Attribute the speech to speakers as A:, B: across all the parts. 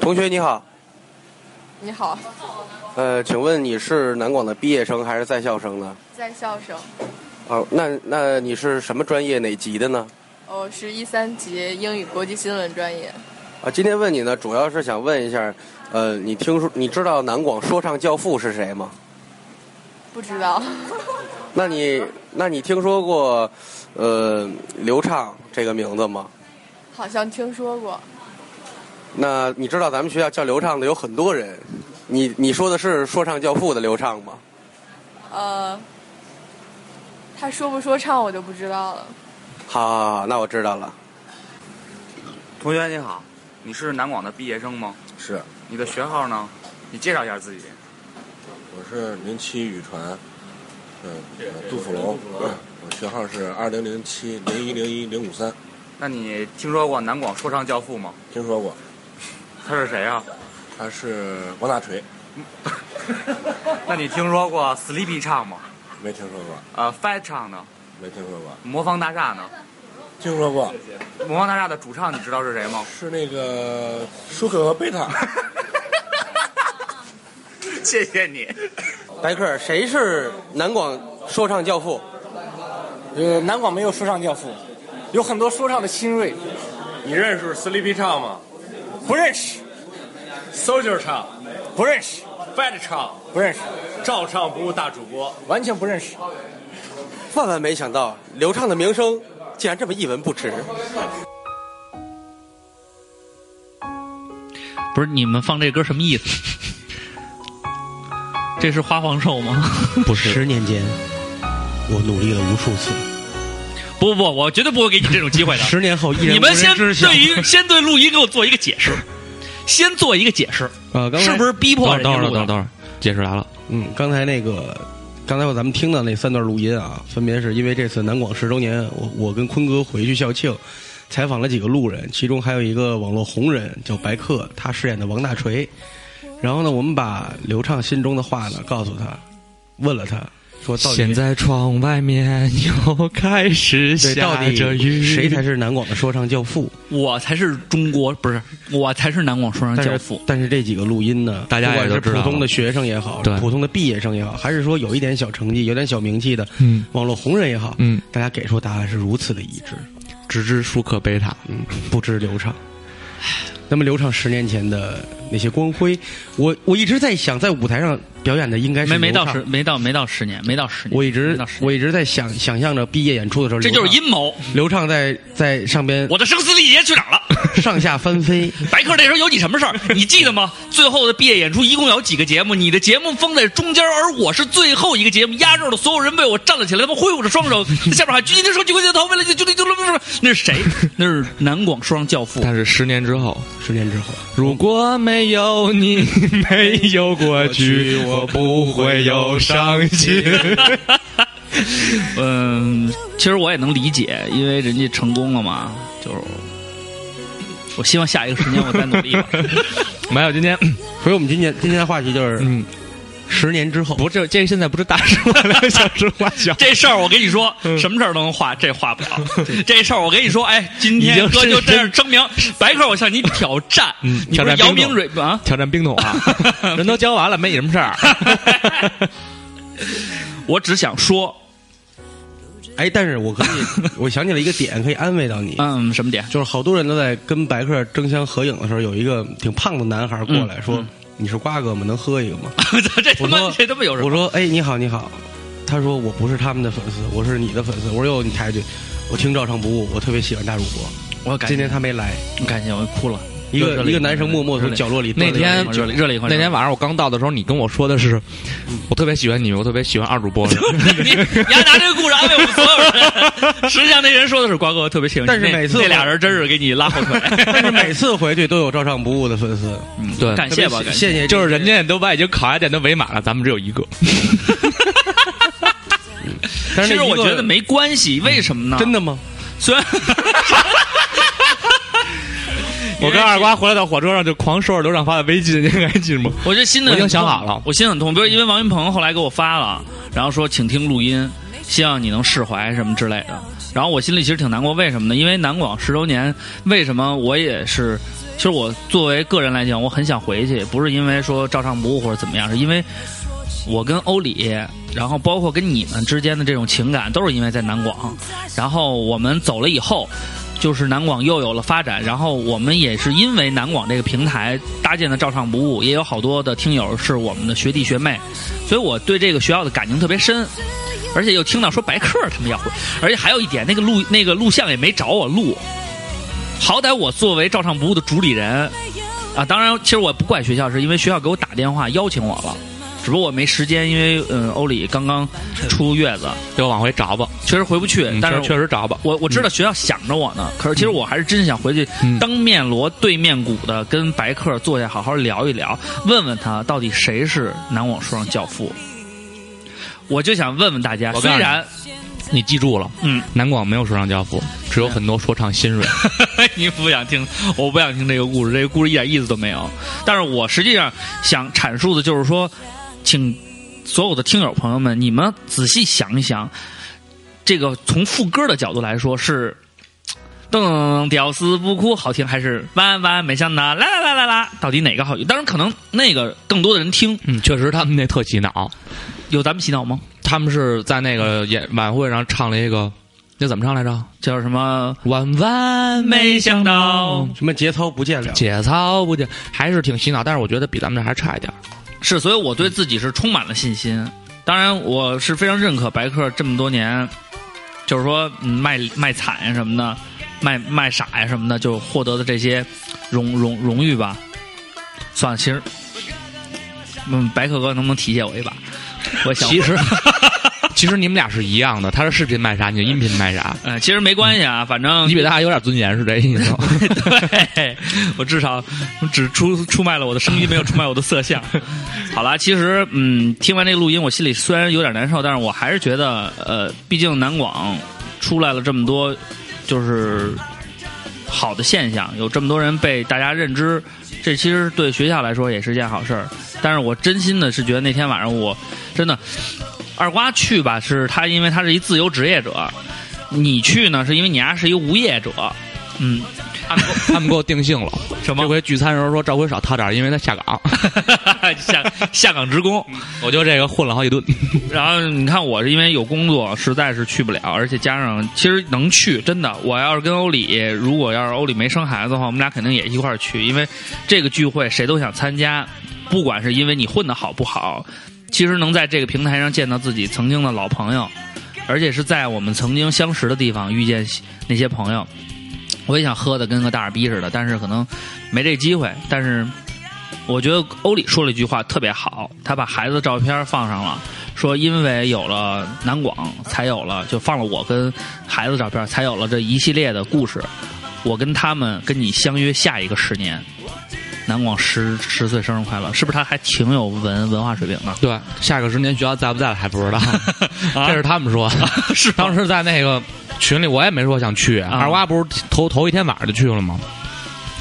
A: 同学你好，
B: 你好，
A: 呃，请问你是南广的毕业生还是在校生呢？
B: 在校生，
A: 哦，那那你是什么专业哪级的呢？
B: 我哦是一三级英语国际新闻专业。
A: 啊，今天问你呢，主要是想问一下，呃，你听说你知道南广说唱教父是谁吗？
B: 不知道，
A: 那你那你听说过，呃，刘畅这个名字吗？
B: 好像听说过，
A: 那你知道咱们学校叫刘畅的有很多人，你你说的是说唱教父的刘畅吗？
B: 呃，他说不说唱我就不知道了。
A: 好，好好那我知道了。
C: 同学你好，你是南广的毕业生吗？
D: 是，
C: 你的学号呢？你介绍一下自己。
D: 我是零七宇传，嗯，呃杜甫龙，我学号是二零零七零一零一零五三，
C: 那你听说过南广说唱教父吗？
D: 听说过，
C: 他是谁啊？
D: 他是王大锤，
C: 那你听说过 Sleepy 唱吗？
D: 没听说过，
C: 呃，Fat 唱呢？
D: 没听说过，
C: 魔方大厦呢？
D: 听说过，
C: 魔方大厦的主唱你知道是谁吗？
D: 是那个舒克和贝塔，
C: 谢谢你。
A: 白客，谁是南广说唱教父？
E: 呃，南广没有说唱教父，有很多说唱的新锐，
F: 你认识 Sleepy 唱吗
E: 不认识，
F: ？Soldier 唱
E: 不认识，
F: ，Fat 唱，
E: 不认识，
F: 照唱不误大主播。
E: 完全不认识。
A: 万万没想到，刘畅的名声竟然这么一文不值。
G: 不是你们放这歌什么意思？ 这是花黄兽吗？
H: 不是。十年间，我努力了无数次。
G: 不不不，我绝对不会给你这种机 会的。
H: 十年后，依然
G: 你们
H: 无人
G: 先
H: 知晓
G: 对于 先对陆怡给我做一个解释， 先做一个解释，
H: 呃，刚才
G: 是不是逼迫人
H: 等
G: 家
H: 会儿，
G: 录
H: 等会儿，
G: 的？
H: 等会儿，解释来了。嗯，刚才那个，刚才咱们听到那三段录音啊，分别是因为这次南广十周年，我我跟坤哥回去校庆，采访了几个路人，其中还有一个网络红人叫白客，他饰演的王大锤。然后呢，我们把刘畅心中的话呢告诉他，问了他说到底
G: 现在窗外面又开始
H: 对到
G: 下
H: 底
G: 着雨，
H: 谁才是南广的说唱教父？
G: 我才是中国，不是我才是南广说唱
H: 但
G: 教
H: 是
G: 父。
H: 但是这几个录音呢，
G: 大家也
H: 不管
G: 都
H: 是
G: 知道
H: 普
G: 了
H: 通的学生也好，
G: 对
H: 普通的毕业生也好，还是说有一点小成绩、有点小名气的
G: 嗯
H: 网络红人也好，
G: 嗯，
H: 大家给出答案是如此的一致，
G: 直知舒克贝塔，
H: 嗯，不知流畅。那么流畅十年前的那些光辉，我我一直在想，在舞台上表演的应该是
G: 没没
H: 流
G: 到
H: 畅
G: 十，没到没到十年，没到十年，
H: 我一
G: 没
H: 直
G: 到十年
H: 我一直在想想象着毕业演出的时候，
G: 这就是
H: 流畅
G: 阴谋。
H: 流畅在在上边
G: 我的声嘶力竭去哪儿了？
H: 上下翻飞，
G: 白客那时候有你什么事儿？你记得吗？最后的毕业演出一共有几个节目？你的节目封在中间，而我是最后一个节目。压轴的所有人为我站了起来，他们挥舞着双手。下边喊：“狙击的手，举起镜头，为了就就就那是谁？那是南广说唱教父。
I: 但是十年之后，
H: 十年之后。
I: 如果没有你，没有过去，我不会有伤心。
G: 嗯，其实我也能理解，因为人家成功了嘛。就是我希望下一个十年我再努力吧。
I: 没有，今天
H: 所以我们今天今天的话题就是，
I: 嗯，
H: 十年之后，
I: 不是这现在不是大事了，小事化小。
G: 这事儿我跟你说，什么事儿都能化，这化不了。这事儿我跟你说，哎，今
I: 已
G: 天
I: 经
G: 哥
I: 深
G: 就这样证明，白客，我向你挑战，
I: 嗯
G: 你
I: 挑
G: 不是
I: 战
G: 姚
I: 冰
G: 明
I: 冻
G: 蕊啊？
I: 挑战冰桶啊，人都教完了，没你什么事儿。
G: 我只想说，
H: 哎，但是我 可以，我想起了一个点，可以安慰到你，
G: 嗯，什么点？
H: 就是好多人都在跟白客争相合影的时候，有一个挺胖的男孩过
G: 嗯
H: 来说：“你是瓜哥吗？能喝一个吗
G: 这他
H: 我
G: 妈
H: 说
G: 这他妈有？”什
H: 我
G: 么？
H: 说：“哎，你好，你好。”他说：“我不是他们的粉丝，我是你的粉丝。”我说：“哟，你插一句，我听照常不误，我特别喜欢大主播。
G: 我感
H: 今
G: 谢
H: 天他没来，
G: 感谢我哭了。
H: 一
G: 热
H: 个
G: 烈
H: 一个男生默默
G: 热
H: 从
G: 烈
H: 角落里
I: 那天
G: 热烈热烈一块
I: 那天晚上我刚到的时候，你跟我说的是，我特别喜欢你，我特别喜欢二主播。
G: 你你还拿这个故事安慰我们所有人，实际上那人说的是瓜哥，我特别喜欢你。
H: 但是
G: 那
H: 每次
G: 那
H: 我
G: 俩人真是给你拉后腿，
H: 但是每次回去都有照常不误的粉丝，
I: 对，
G: 感谢吧，
H: 特别
G: 感谢。
H: 谢谢这些。
I: 就是人家都把已经烤鸭店都围满了，咱们只有一 个。
H: 但
G: 其实
H: 是那一
G: 我
H: 个
G: 觉得没关系，为什么呢？
H: 真的吗？
G: 虽然
I: 我跟二瓜回来到火车上就狂收拾刘畅发的微信， 你还记得吗？
G: 我觉得心的
I: 我已经想好了
G: 我心很痛。比如因为王云鹏后来给我发了，然后说请听录音，希望你能释怀什么之类的。然后我心里其实挺难过，为什么呢？因为南广十周年，为什么我也是其实我作为个人来讲，我很想回去，不是因为说照唱不误或者怎么样，是因为我跟欧里，然后包括跟你们之间的这种情感，都是因为在南广。然后我们走了以后，就是南广又有了发展。然后我们也是因为南广这个平台搭建的照唱不误，也有好多的听友是我们的学弟学妹，所以我对这个学校的感情特别深。而且又听到说白客他们要回，而且还有一点，那个录那个录像也没找我录，好歹我作为照唱不误的主理人啊，当然，其实我不怪学校，是因为学校给我打电话邀请我了，只不过我没时间，因为嗯，欧里刚刚出月子，
I: 就往回找吧。
G: 确实回不去
I: 嗯，
G: 但是
I: 确确嗯实找吧。
G: 我我知道学校想着我呢，可是其实我还是真想回去
I: 嗯
G: 当面锣对面鼓的跟白客坐下好好聊一聊，问问他到底谁是南网说唱教父。我就想问问大家，
I: 我告诉
G: 虽
I: 你
G: 然
I: 你记住了，
G: 嗯，
I: 南广没有说唱教父，只有很多说唱新 锐。
G: 你不想听， 我不想听这个故事，这个故事一点意思都没有。但是我实际上想阐述的就是说，请所有的听友朋友们，你们仔细想一想，这个从副歌的角度来说是。噔，屌丝不哭好听还是弯弯没想到啦啦啦啦啦，到底哪个好听？当然，可能那个更多的人听，
I: 嗯，确实他们那特洗脑，
G: 有咱们洗脑吗？
I: 他们是在那个演晚会上唱了一个，那怎么唱来着？
G: 叫什么？
I: 弯弯
G: 没想到，
H: 什么节操不见了，
I: 节操不就还是挺洗脑，但是我觉得比咱们这还差一点儿。
G: 是，所以我对自己是充满了信心。当然，我是非常认可白客这么多年，就是说嗯卖卖惨呀什么的，卖卖傻呀什么的，就获得的这些荣荣荣誉吧。算了，其实，嗯，白客哥能不能提携我一把？我想，
I: 其实，其实你们俩是一样的，他是视频卖啥，你就音频卖啥。
G: 呃，其实没关系啊，反正
I: 你比他还有点尊严，是这意思吗？
G: 对，我至少只出出卖了我的声音，没有出卖我的色相。 好啦，其实嗯，听完这个录音，我心里虽然有点难受，但是我还是觉得，呃，毕竟南广出来了这么多，就是好的现象，有这么多人被大家认知，这其实对学校来说也是件好事儿。但是我真心的是觉得那天晚上我真的二瓜去吧，是他因为他是一自由职业者。你去呢，是因为你丫是一无业者，嗯，
I: 他们给我定性 了，
G: 什
I: 这
G: 么？
I: 回聚餐时候说这回少掏点儿，因为他下 岗，
G: 下下岗职工，
I: 我就这个混了好几顿。
G: 然后你看我是因为有工作，实在是去不了，而且加上其实能去，真的，我要是跟欧里，如果要是欧里没生孩子的话，我们俩肯定也一块儿去，因为这个聚会谁都想参加，不管是因为你混的好不好，其实能在这个平台上见到自己曾经的老朋友，而且是在我们曾经相识的地方遇见那些朋友。我也想喝的跟个大耳逼似的，但是可能没这机会。但是我觉得欧里说了一句话特别好，他把孩子的照片放上了，说因为有了南广，才有了就放了我跟孩子的照片，才有了这一系列的故事。我跟他们跟你相约下一个十年，南广十十岁生日快乐！是不是他还挺有文文化水平的？
I: 对，下个十年学校在不在了还不知道，这是他们说。
G: 是
I: 当时在那个群里，我也没说想去。二瓜不是头头一天晚上就去了吗？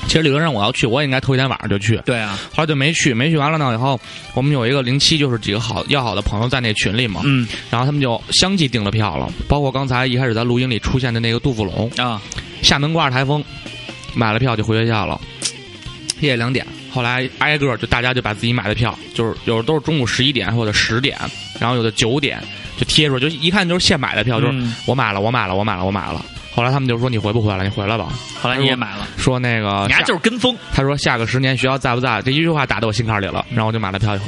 I: 其实理论上我要去，我也应该头一天晚上就去。
G: 对啊，
I: 后来就没去，没去完了呢。以后我们有一个零七，就是几个好要好的朋友在那群里嘛，
G: 嗯
I: 然后他们就相继订了票了，包括刚才一开始在录音里出现的那个杜富龙，
G: 啊，
I: 厦门刮着台风，买了票就回学校了，夜里两点。后来挨个儿就大家就把自己买的票，就是有的都是中午十一点或者十点，然后有的九点就贴出来，就一看就是现买的票，就是
G: 嗯
I: 我买了，我买了，我买了，我买了。后来他们就说你回不回来？你回来吧。
G: 后来你也买了，
I: 说那个
G: 你
I: 下
G: 丫就是跟风，
I: 他说下个十年学校在不在？这一句话打到我心坎里了，然后我就买了票以后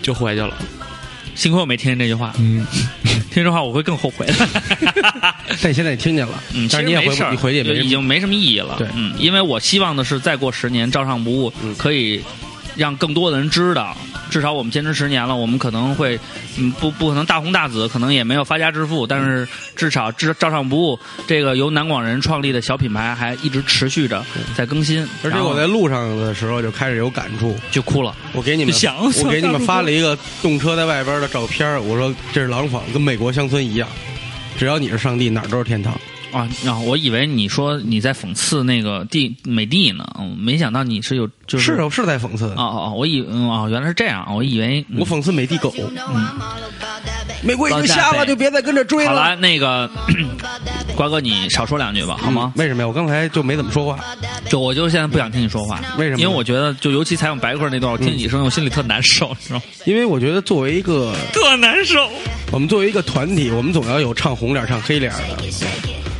I: 就回去了。
G: 幸亏我没听见这句话，
I: 嗯，
G: 听这话我会更后悔的。
H: 但现在你听见了，
G: 嗯，
H: 但是你也
G: 其
H: 回
G: 实没事
H: 不
G: 儿
H: 你回去
G: 就已
H: 也没什么
G: 经没什么意义了。
H: 对嗯
G: 嗯，因为我希望的是，再过十年，照唱不误可以让更多的人知道，至少我们坚持十年了，我们可能会，嗯，不不可能大红大紫，可能也没有发家致富，但是至少至照唱不误这个由南广人创立的小品牌还一直持续着在更新，
H: 而且
G: 然后
H: 我在路上的时候就开始有感触，
G: 就哭了，
H: 我给你们
G: 想
H: 我给你们发了一个动车在外边的照片儿，我说这是廊坊，跟美国乡村一样，只要你是上帝，哪儿都是天堂。
G: 啊啊！我以为你说你在讽刺那个地美帝呢，嗯没想到你是有就是
H: 啊，是在讽刺
G: 哦，哦哦，我以嗯哦原来是这样，我以为嗯
H: 我讽刺美帝狗，
J: 嗯
H: 美国已
G: 老
H: 经
G: 大
H: 瞎
G: 呗
H: 了，就别再跟着追嗯
G: 好
H: 了。
G: 了，那个 瓜哥，你少说两句吧，
H: 嗯
G: 好吗？
H: 为什么呀？我刚才就没怎么说话，
G: 就我就现在不想听你说话，
H: 为什么呢
G: 因为我觉得，就尤其采访白块那段，我听几声，我心里特难受，你知道吗？
H: 因为我觉得作为一个
G: 特难受。
H: 我们作为一个团体，我们总要有唱红脸、唱黑脸的。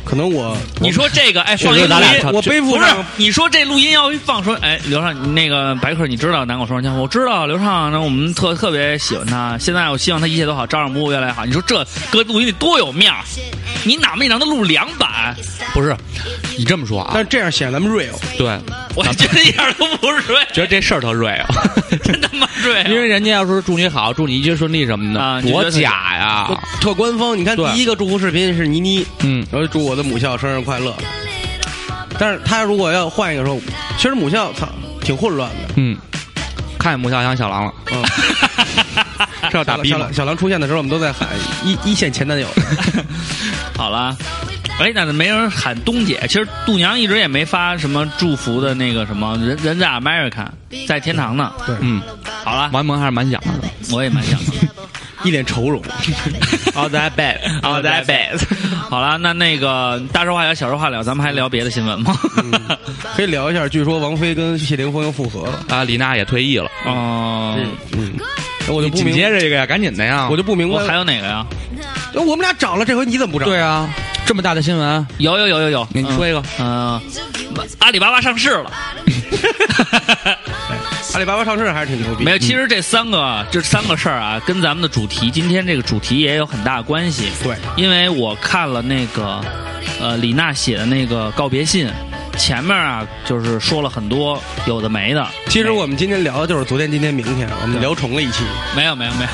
H: 可能我
G: 你说这个，哎，
I: 确实
G: 放一录
I: 咱俩
G: 音
I: 差，
H: 我背负
G: 不是
H: 上，
G: 你说这录音要一放说，哎，刘畅，那个白客，你知道南广说唱腔？我知道刘畅，那我们特特别喜欢他。现在我希望他一切都好，照样不误，越来越好。你说这搁录音里多有面儿？你哪么你让他录两版？
I: 不是，你这么说啊
H: 但？是这样显得咱们 real。
I: 对，
G: 我觉得一点都不锐，
I: 觉得这事儿特锐啊，
G: 真他妈锐啊！
I: 因为人家要说祝你好，祝你一切顺利什么
G: 啊
I: 的，
G: 你觉
I: 多
G: 得是
I: 假
G: 啊
I: 呀！
H: 特官方，你看
I: 对
H: 第一个祝福视频是倪妮，
I: 嗯，
H: 然后祝我的母校生日快乐。但是他如果要换一个说，其实母校操挺混乱 的。
I: 嗯，看见母校养小狼了，
H: 嗯，
I: 这要打逼
H: 小
I: 吗
H: 狼？小狼出现的时候，我们都在喊一一线 前男友。
G: 好了，哎，那没人喊东姐。其实度娘一直也没发什么祝福的那个什么，人人在 America，在天堂呢。
H: 对，
I: 嗯，
G: 好了，
I: 王一萌还是蛮想的。
G: 我也蛮想的。
H: 一脸愁容。
G: 嗯 All that bad, all that bad。好 了，那那个大事化小，小事化了，咱们还聊别的新闻吗？
H: 可以聊一下，据说王菲跟谢霆锋又复合了。
I: 啊，李娜也退役了，
G: 哦，
H: 嗯，我就
I: 你
H: 不
I: 紧
H: 明
I: 接着这个呀，赶紧的呀！
H: 我就不明
G: 我
H: 白，哎
G: 还有哪个呀？
H: 我们俩找了，这回你怎么不找？
I: 对啊，这么大的新闻，
G: 有有有有有，
I: 你说一个
G: 嗯。嗯，阿里巴巴上市 了。
H: 阿里巴巴上市还是挺牛逼。
G: 没有，其实这三个这三个事儿啊，跟咱们的主题今天这个主题也有很大关系。
H: 对，
G: 因为我看了那个呃李娜写的那个告别信，前面啊就是说了很多有的没的。哎
H: 其实我们今天聊的就是昨天、今天、明天，我们聊重了一期。
G: 没有没有没有，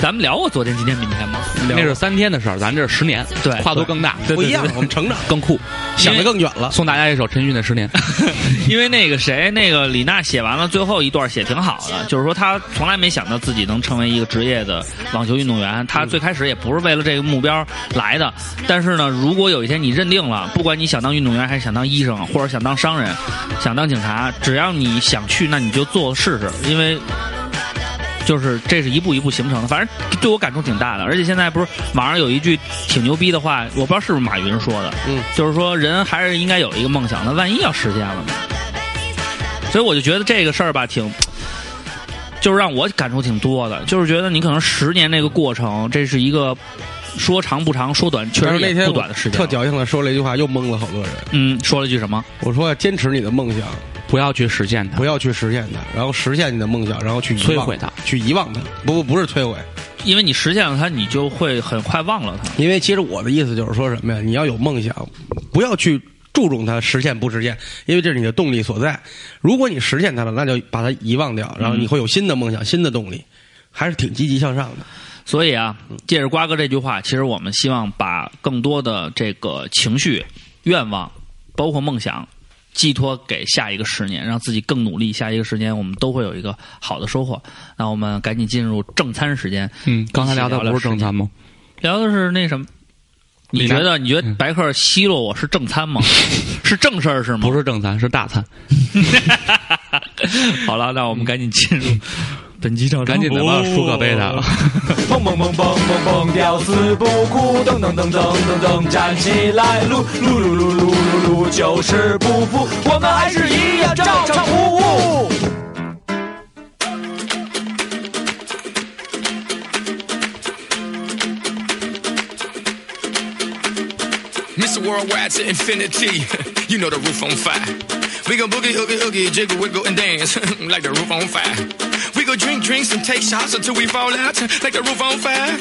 G: 咱们聊过昨天、今天、明天吗？
H: 啊
I: 那是三天的事儿，咱这是十年，
G: 对
I: 跨度更大，
H: 不一样，我们成长
I: 更酷。
H: 想得更远了。
I: 送大家一首陈奕迅的《十年》，
G: 因为那个谁，那个李娜写完了最后一段写挺好的，就是说她从来没想到自己能成为一个职业的网球运动员，她最开始也不是为了这个目标来的。但是呢，如果有一天你认定了，不管你想当运动员还是想当医生，或者想当商人，想当警察，只要你想去，那你就做试试，因为就是这是一步一步形成的，反正对我感触挺大的。而且现在不是网上有一句挺牛逼的话，我不知道是不是马云说的，
H: 嗯，
G: 就是说人还是应该有一个梦想，那万一要实现了呢？所以我就觉得这个事儿吧，挺。就是让我感触挺多的，就是觉得你可能十年这个过程，这是一个说长不长，说短确
H: 但
G: 实
H: 是那
G: 也
H: 天
G: 不短的时间啊
H: 特
G: 了。
H: 矫情的说了一句话，又蒙了好多人。
G: 嗯，说了句什么？
H: 我说要坚持你的梦想，
I: 不要去实现它
H: 不。要去实现它，然后实现你的梦想，然后去遗忘
I: 摧毁它，
H: 去遗忘它。不不不是摧毁，
G: 因为你实现了它，你就会很快忘了它。
H: 因为其实我的意思就是说什么呀？你要有梦想，不要去注重它实现不实现，因为这是你的动力所在。如果你实现它了，那就把它遗忘掉，然后你会有新的梦想、新的动力，还是挺积极向上的。
G: 所以啊，借着瓜哥这句话，其实我们希望把更多的这个情绪、愿望，包括梦想，寄托给下一个十年，让自己更努力。下一个十年，我们都会有一个好的收获。那我们赶紧进入正餐时间，
I: 嗯，刚才聊的不是正餐吗？
G: 聊的是那什么？你
I: 李楠
G: 觉得你觉得白客奚落我是正餐吗？是正事儿
H: 嗯
G: 是吗？
I: 不是正餐，是大餐。
G: 好了，那我们赶紧进入本期正餐
I: 赶紧的吧，舒克贝塔
H: 哦
I: 了。
K: 蹦蹦蹦蹦蹦蹦，吊死不哭，噔噔噔噔噔噔，站起来，撸撸撸撸撸撸撸，就是不服，我们还是一样照常服务。
L: Mr. Worldwide to infinity. You know the roof on fire. We gon' boogie, hoogie, hoogie, jiggle, wiggle, and dance like the roof on fire. We go drink drinks and take shots until we fall out like the roof on fire.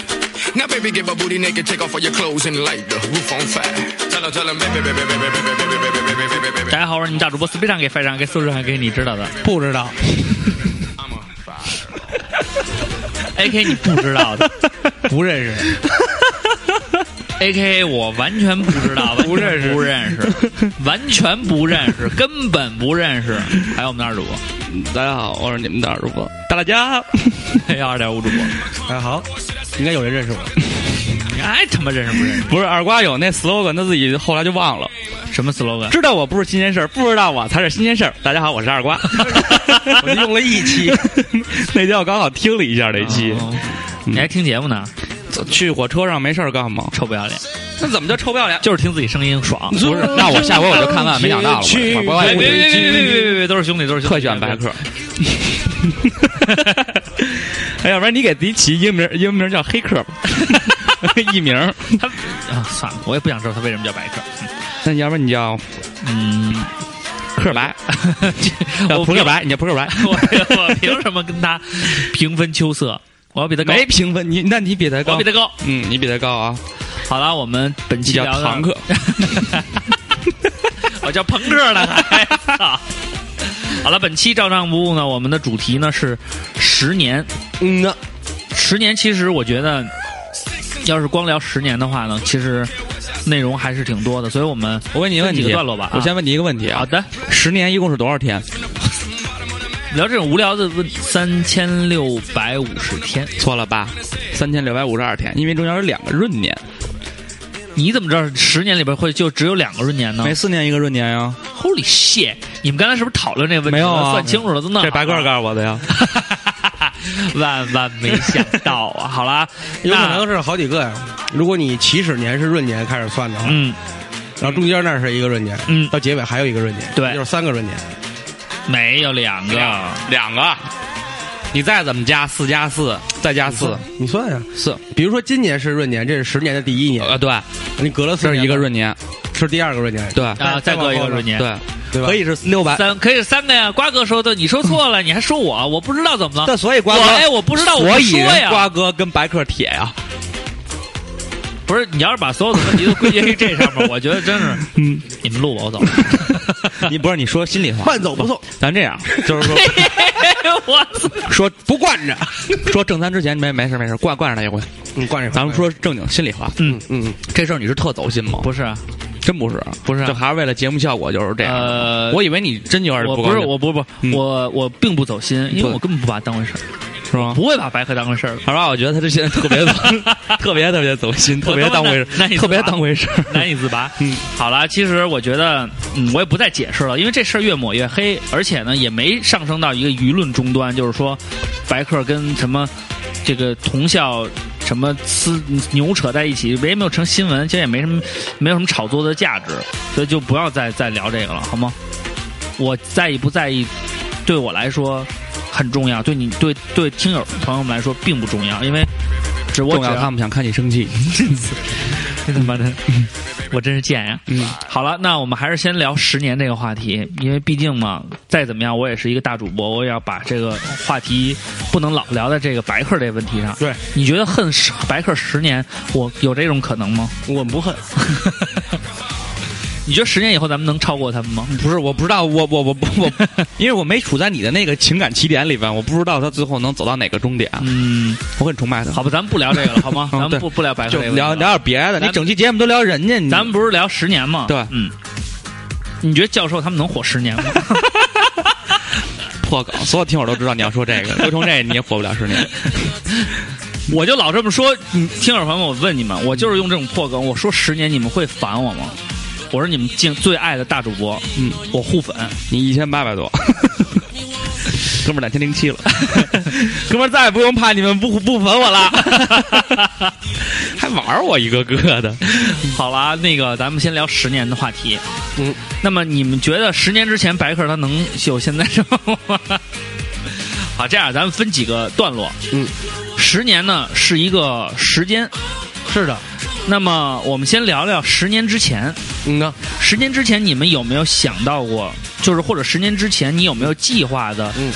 L: Now, baby, get my booty naked, take off all your clothes and light the roof on fire. Tell 'em, tell 'em, baby, baby, baby, baby, baby, baby, baby, baby, baby, baby,
G: 大家好，我是你们大主播四非常给非常给素质上给你知道的
H: 不知道，
L: I'm a fire.
G: ，AK 你不知道的。
H: 不认识，
G: A K A 我完全不知道，不认识，不认识，完全不认识，根本不认识。还有我们的二主播，
I: 嗯大家好，我是你们的二主播大家。
G: 还有二点五主播，
H: 哎，好，应该有人认识我。
G: 哎他妈认识不认识？
I: 不是二瓜有那 slogan，他自己后来就忘了。
G: 什么 slogan？
I: 知道我不是新鲜事儿，不知道我才是新鲜事儿。大家好，我是 二瓜。
H: 我 就用了一期，
I: 那天我刚好听了一下这期，
G: 哦你还听节目呢？
I: 去火车上没事儿干吗？
G: 臭不要脸！
I: 那怎么叫臭不要脸？
G: 就是听自己声音爽。
I: 不是，那我下回我就看看，没想到了。我我
G: 哎
I: 我
G: 别别别别别别别，都是兄弟，都是兄弟
I: 特选白 客。哎，要不然你给自己起英名，英名叫黑客 吧，艺名。
G: 他啊，算了，我也不想知道他为什么叫白客。
I: 那要不然你叫
G: 嗯，
I: 克白，
G: 我
I: 叫扑克白，你叫扑克白。
G: 我我凭什么跟他平分秋色？我要比他高，
I: 没评分，你那你比他高，
G: 我比他高。
I: 嗯，你比他高啊。
G: 好了，我们本
I: 你
G: 期
I: 叫
G: 聊到
I: 堂客，
G: 我叫朋克呢。还操好了，本期照账不误呢，我们的主题呢是十年。
H: 嗯呐，
G: 十年其实我觉得，要是光聊十年的话呢，其实内容还是挺多的，所以我们
I: 我问你一个问
G: 分几
I: 题，
G: 个段落吧啊
I: 我先问你一个问题啊。
G: 好的，
I: 十年一共是多少天？
G: 聊这种无聊的问三千六百五十天，
I: 错了吧，三千六百五十二天，因为中间有两个闰年，
G: 你怎么知道十年里边会就只有两个闰年呢
I: 每四年一个闰年啊呀。
G: ？Holy shit！你们刚才是不是讨论这个问题了？
I: 没有啊
G: 算清楚了，都弄好了
I: 这白哥告诉我的呀。
G: 万万没想到啊！好啦，
H: 有可
G: 那
H: 能是好几个呀。如果你起始年是闰年开始算的话，
G: 嗯，
H: 然后中间那儿是一个闰年，
G: 嗯
H: 到结尾还有一个闰年，
G: 对
H: 就是三个闰年。
G: 没有两个，
I: 两个，你再怎么加，四加四，再加四，
H: 你算呀，
I: 四
H: 比如说今年是闰年，这是十年的第一年，
I: 呃，对，
H: 你隔了四
I: 这是
H: 年
I: 一个闰年，
H: 是第二个闰年，
I: 对
G: 啊，再隔一个闰年，
I: 对，
H: 对吧？
I: 可以是六百。
G: 三可以是三个呀。瓜哥说的，你说错了，你还说我，我不知道怎么 了。
I: 但所以瓜
G: 我
I: 哥，
G: 哎，我不知道，我
I: 所
G: 不
I: 以
G: 说
I: 人
G: 呀，
I: 瓜哥跟白客铁呀，
G: 不是你要是把所有的问题都归结于这上面，我觉得真是， 嗯，你们录吧，我走。
I: 你不是你说心里话，
H: 慢走不送，
I: 咱这样就 是说
G: 我操！
I: 说不惯着，说正餐之前没没事没事，惯惯着他一回。
H: 嗯，惯着。
I: 咱们，说正经心里话，
G: 嗯
H: 嗯嗯，
I: 这事儿你是特走心吗？
G: 不是啊，
I: 真不是，
G: 不是啊
I: 这还是为了节目效果，就是这样。
G: 呃
I: 我以为你真有点
G: 我
I: 不
G: 不
I: 高
G: 是，
I: 兴
G: 我不不
I: 嗯，
G: 我我并不走心，因为
I: 不
G: 我根本不把它当回事儿，
I: 是吗？
G: 不会把白客当回事儿。
I: 好吧，我觉得他这现在特 别走特别特别走心，特别当回
G: 我他妈难
I: 事，
G: 以自拔
I: 特别当回事。
G: 难以自拔。嗯，好了，其实我觉得，嗯，我也不再解释了，因为这事儿越抹越黑，而且呢，也没上升到一个舆论终端，就是说，白客跟什么这个同校什么撕牛扯在一起，也没有成新闻，其实也没什么没有什么炒作的价值，所以就不要再再聊这个了，好吗？我在意不在意，对我来说很重要，对你对对听友朋友们来说并不重要，因为只我
I: 重
G: 只
I: 要，他们想看你 生气。
G: 真他妈的，我真是贱呀！嗯，好了，那我们还是先聊十年这个话题，因为毕竟嘛，再怎么样我也是一个大主播，我也要把这个话题不能老聊在这个白客这个问题上。
H: 对，
G: 你觉得恨十白客十年，我有这种可能吗？
H: 我们不恨，
G: 你觉得十年以后咱们能超过他们吗？
I: 不是，我不知道，我我我 我，我因为我没处在你的那个情感起点里边，我不知道他最后能走到哪个终点。
G: 嗯，
I: 我很崇拜他。
G: 好吧，咱们不聊这个了，好吗？ 咱
I: 嗯
G: 们
I: 对
G: 不不聊白客
I: 就
G: 这个问题
I: 聊
G: 了，
I: 聊点别的。
G: 咱
I: 你整期节目都聊人家，你
G: 咱们不是聊十年吗？
I: 对
G: 嗯。你觉得教授他们能火十年吗？
I: 破梗，所有听友都知道你要说这 个，不从这你也火不了十年。
G: 我就老这么说，你听友朋友们，我问你们，我就是用这种破梗，我说十年你们会烦我吗？我是你们敬最爱的大主播，
I: 嗯，
G: 我互粉，
I: 你一千八百多， 哥们儿两千零七了， 哥们儿再也不用怕你们不不粉我了， 还玩我一个个的。
G: 好啦，那个咱们先聊十年的话题，
H: 嗯，
G: 那么你们觉得十年之前白客他能有现在这么吗？好，这样咱们分几个段落，
H: 嗯，
G: 十年呢是一个时间，是的，那么我们先聊聊十年之前，
H: 嗯呐，
G: 十年之前你们有没有想到过，就是或者十年之前你有没有计划的，
H: 嗯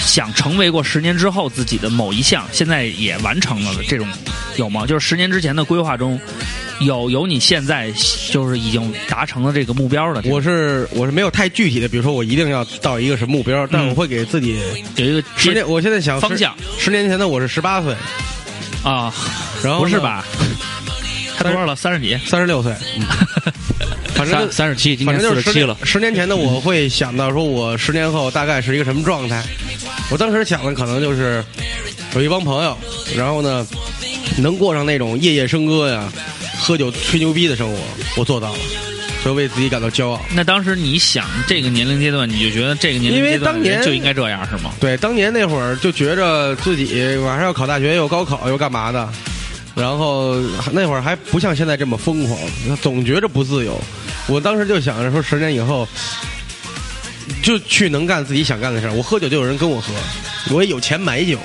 G: 想成为过十年之后自己的某一项，现在也完成了的这种有吗？就是十年之前的规划中，有有你现在就是已经达成了这个目标的这种，
H: 我是我是没有太具体的，比如说我一定要到一个什么目标，但
G: 嗯
H: 我会给自己
G: 有一个
H: 十年，我现在想
G: 方向。
H: 十年前的我是十八岁，
G: 啊，
H: 然后
G: 不是
H: 呢？
G: 吧？他多少了？三十几？
H: 三十六岁， 反正
I: 三三十七，今
H: 反
I: 年
H: 正就是十
I: 四十七
H: 年
I: 了。
H: 十年前的我会想到说，我十年后大概是一个什么状态。我当时想的可能就是有一帮朋友，然后呢，能过上那种夜夜笙歌呀、喝酒吹牛逼的生活，我做到了，所以为自己感到骄傲。
G: 那当时你想这个年龄阶段，你就觉得这个年龄
H: 因为
G: 阶段的
H: 当
G: 人
H: 年
G: 就应该这样是吗？
H: 对，当年那会儿就觉着自己马上要考大学，又高考又干嘛的，然后那会儿还不像现在这么疯狂，总觉着不自由。我当时就想着说，十年以后就去能干自己想干的事儿。我喝酒就有人跟我喝，我也有钱买酒。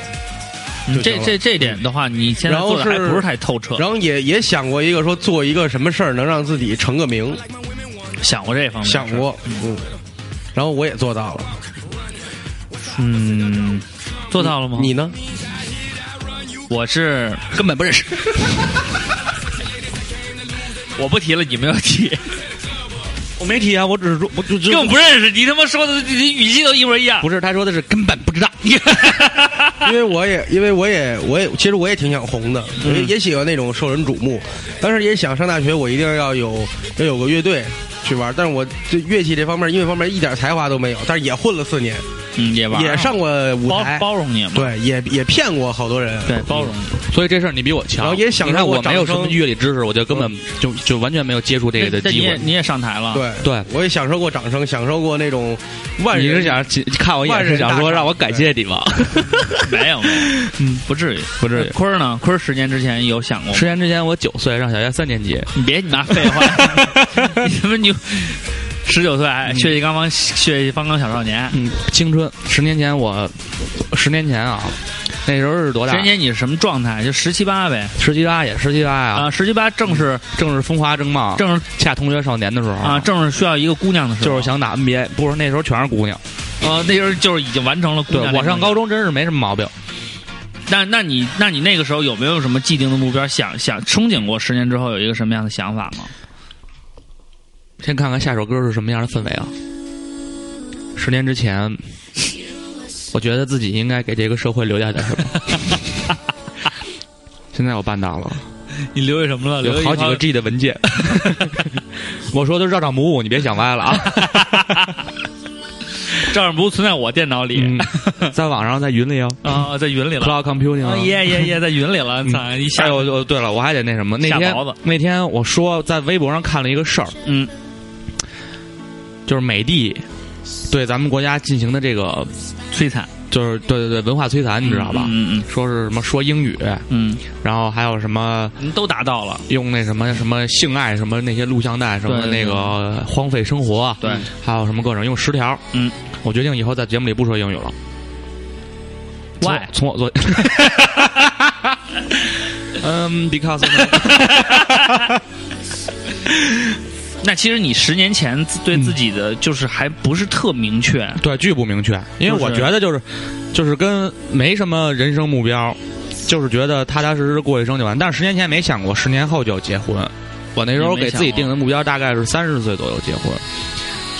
G: 嗯
H: 就
G: 这
H: 行了
G: 这这点的话，你现在
H: 然后
G: 做的还
H: 是
G: 不是太透彻。
H: 然后也也想过一个说做一个什么事儿能让自己成个名，
G: 想过这方面的事儿
H: 想过，嗯，然后我也做到了，
G: 嗯，做到了吗？
H: 你呢？
G: 我是根本不认识。我不提了，你们要提。
I: 我没提啊，我只是说，我就只
G: 根本不认识，你他妈说的你语气都一模一样。
I: 不是，他说的是根本不知道。
H: 因为我也因为我也我也其实我也挺想红的，
G: 嗯
H: 我也也喜欢那种受人瞩目。当时也想上大学，我一定要有要有个乐队去玩，但是我对乐器这方面、音乐方面一点才华都没有，但是也混了四年，
G: 嗯，也玩儿
H: 也上过舞
G: 包
H: 台，
G: 包容你嘛，啊
H: 对，也也骗过好多人，
G: 对，包容你。
I: 所以这事儿你比我强。
H: 然后也想
I: 你看
H: 让我
I: 我没有什
H: 掌
I: 么
H: 声
I: 乐理知识，我就根本就就完全没有接触这个的
G: 但你
I: 机
G: 也
I: 会。
G: 你也上台了，
H: 对，
I: 对，
H: 我也享受过掌声，享受过那种万
I: 你
H: 人
I: 是想看我一眼是想说让我感谢你 吗？
G: 没有，没有嗯，不至于，不
I: 至于
G: 坤儿呢？坤儿十年之前有想过吗
I: 十？年之前我九岁，上小学三年级，
G: 你别你妈废话，你他妈你十九岁还血气刚刚血气方刚小少年。
I: 嗯，青春。十年前我，十年前啊，那时候是多
G: 十
I: 大？
G: 年前你是什么状态？就十七八呗，
I: 十七八也十七八呀
G: 啊，，十七八正是
I: 正是风华正茂，
G: 正是
I: 恰同学少年的时候
G: 啊，正是需要一个姑娘的时候，
I: 就是想打 NBA，不是那时候全是姑娘。
G: 呃，那时候就是已经完成了姑
I: 对
G: 娘。
I: 我上高，中真是没什么毛病，
G: 那那你那你那个时候有没有什么既定的目标？想想憧憬过十年之后有一个什么样的想法吗？
I: 先看看下首歌是什么样的氛围啊。十年之前，我觉得自己应该给这个社会留下点什 么。现在我办到了，
G: 你留下什么了
I: 有好几个 G 的文件。 我说的是照账不误，你别想歪了 啊！
G: 照样不存在我电脑里
I: 嗯，在网上，在云 里哦
G: 啊，在云里了。
I: ，Cloud Computing
G: 啊
I: 啊。
G: 耶耶耶，在云里了， 操！一下
I: 哎呦，我对了，我还得那什么，那
G: 下
I: 天
G: 雹子
I: 那天我说在微博上看了一个事儿，
G: 嗯，
I: 就是美帝对咱们国家进行的这个，
G: 摧残，
I: 就是对对对文化摧残，你知道吧？
G: 嗯嗯
I: 说是什么说英语，
G: 嗯
I: 然后还有什么
G: 嗯，都达到了。
I: 用那什么什么性爱什么那些录像带什么
G: 对对
I: 那个荒废生活，
G: 对，
I: 还有什么各种用十条，
G: 嗯，
I: 我决定以后在节目里不说英语了。从
G: Why？
I: 从我做， 嗯，because 呢
G: 那其实你十年前自
I: 嗯
G: 对自己的就是还不是特明确，
I: 对，巨不明确，因为
G: 就是
I: 我觉得就是就是跟没什么人生目标，就是觉得踏踏实实过一生就完。但是十年前没想过，十年后就要结婚。我那时候
G: 也没
I: 给自己
G: 想过
I: 定的目标大概是三十岁左右结婚，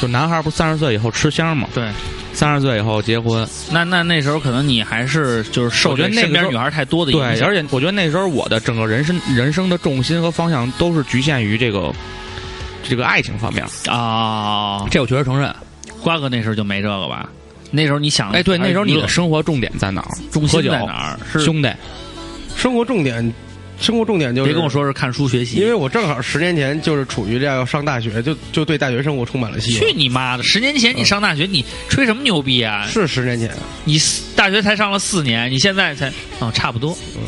I: 就男孩不三十岁以后吃香嘛，
G: 对，
I: 三十岁以后结婚。
G: 那那那时候可能你还是就是受
I: 我觉得
G: 这
I: 那个
G: 身边
I: 时候
G: 女孩太多的
I: 对
G: 影，响，
I: 而且我觉得那时候我的整个人生人生的重心和方向都是局限于这个这个爱情方面，
G: 啊，
I: 这我确实承认。
G: 瓜哥那时候就没这个吧？那时候你想，
I: 哎，对，那时候你的
G: 还是
I: 生活重点在哪儿？
G: 重
I: 喝
G: 心
I: 酒
G: 在哪儿？是
I: 兄弟，
H: 生活重点，生活重点就是
G: 别跟我说是看书学习，
H: 因为我正好十年前就是处于这样要上大学，就就对大学生活充满了希
G: 去
H: 望。
G: 你妈的！十年前你上大学，你吹什么牛逼啊？
H: 是十年前，
G: 你大学才上了四年，你现在才哦，差不多，
I: 嗯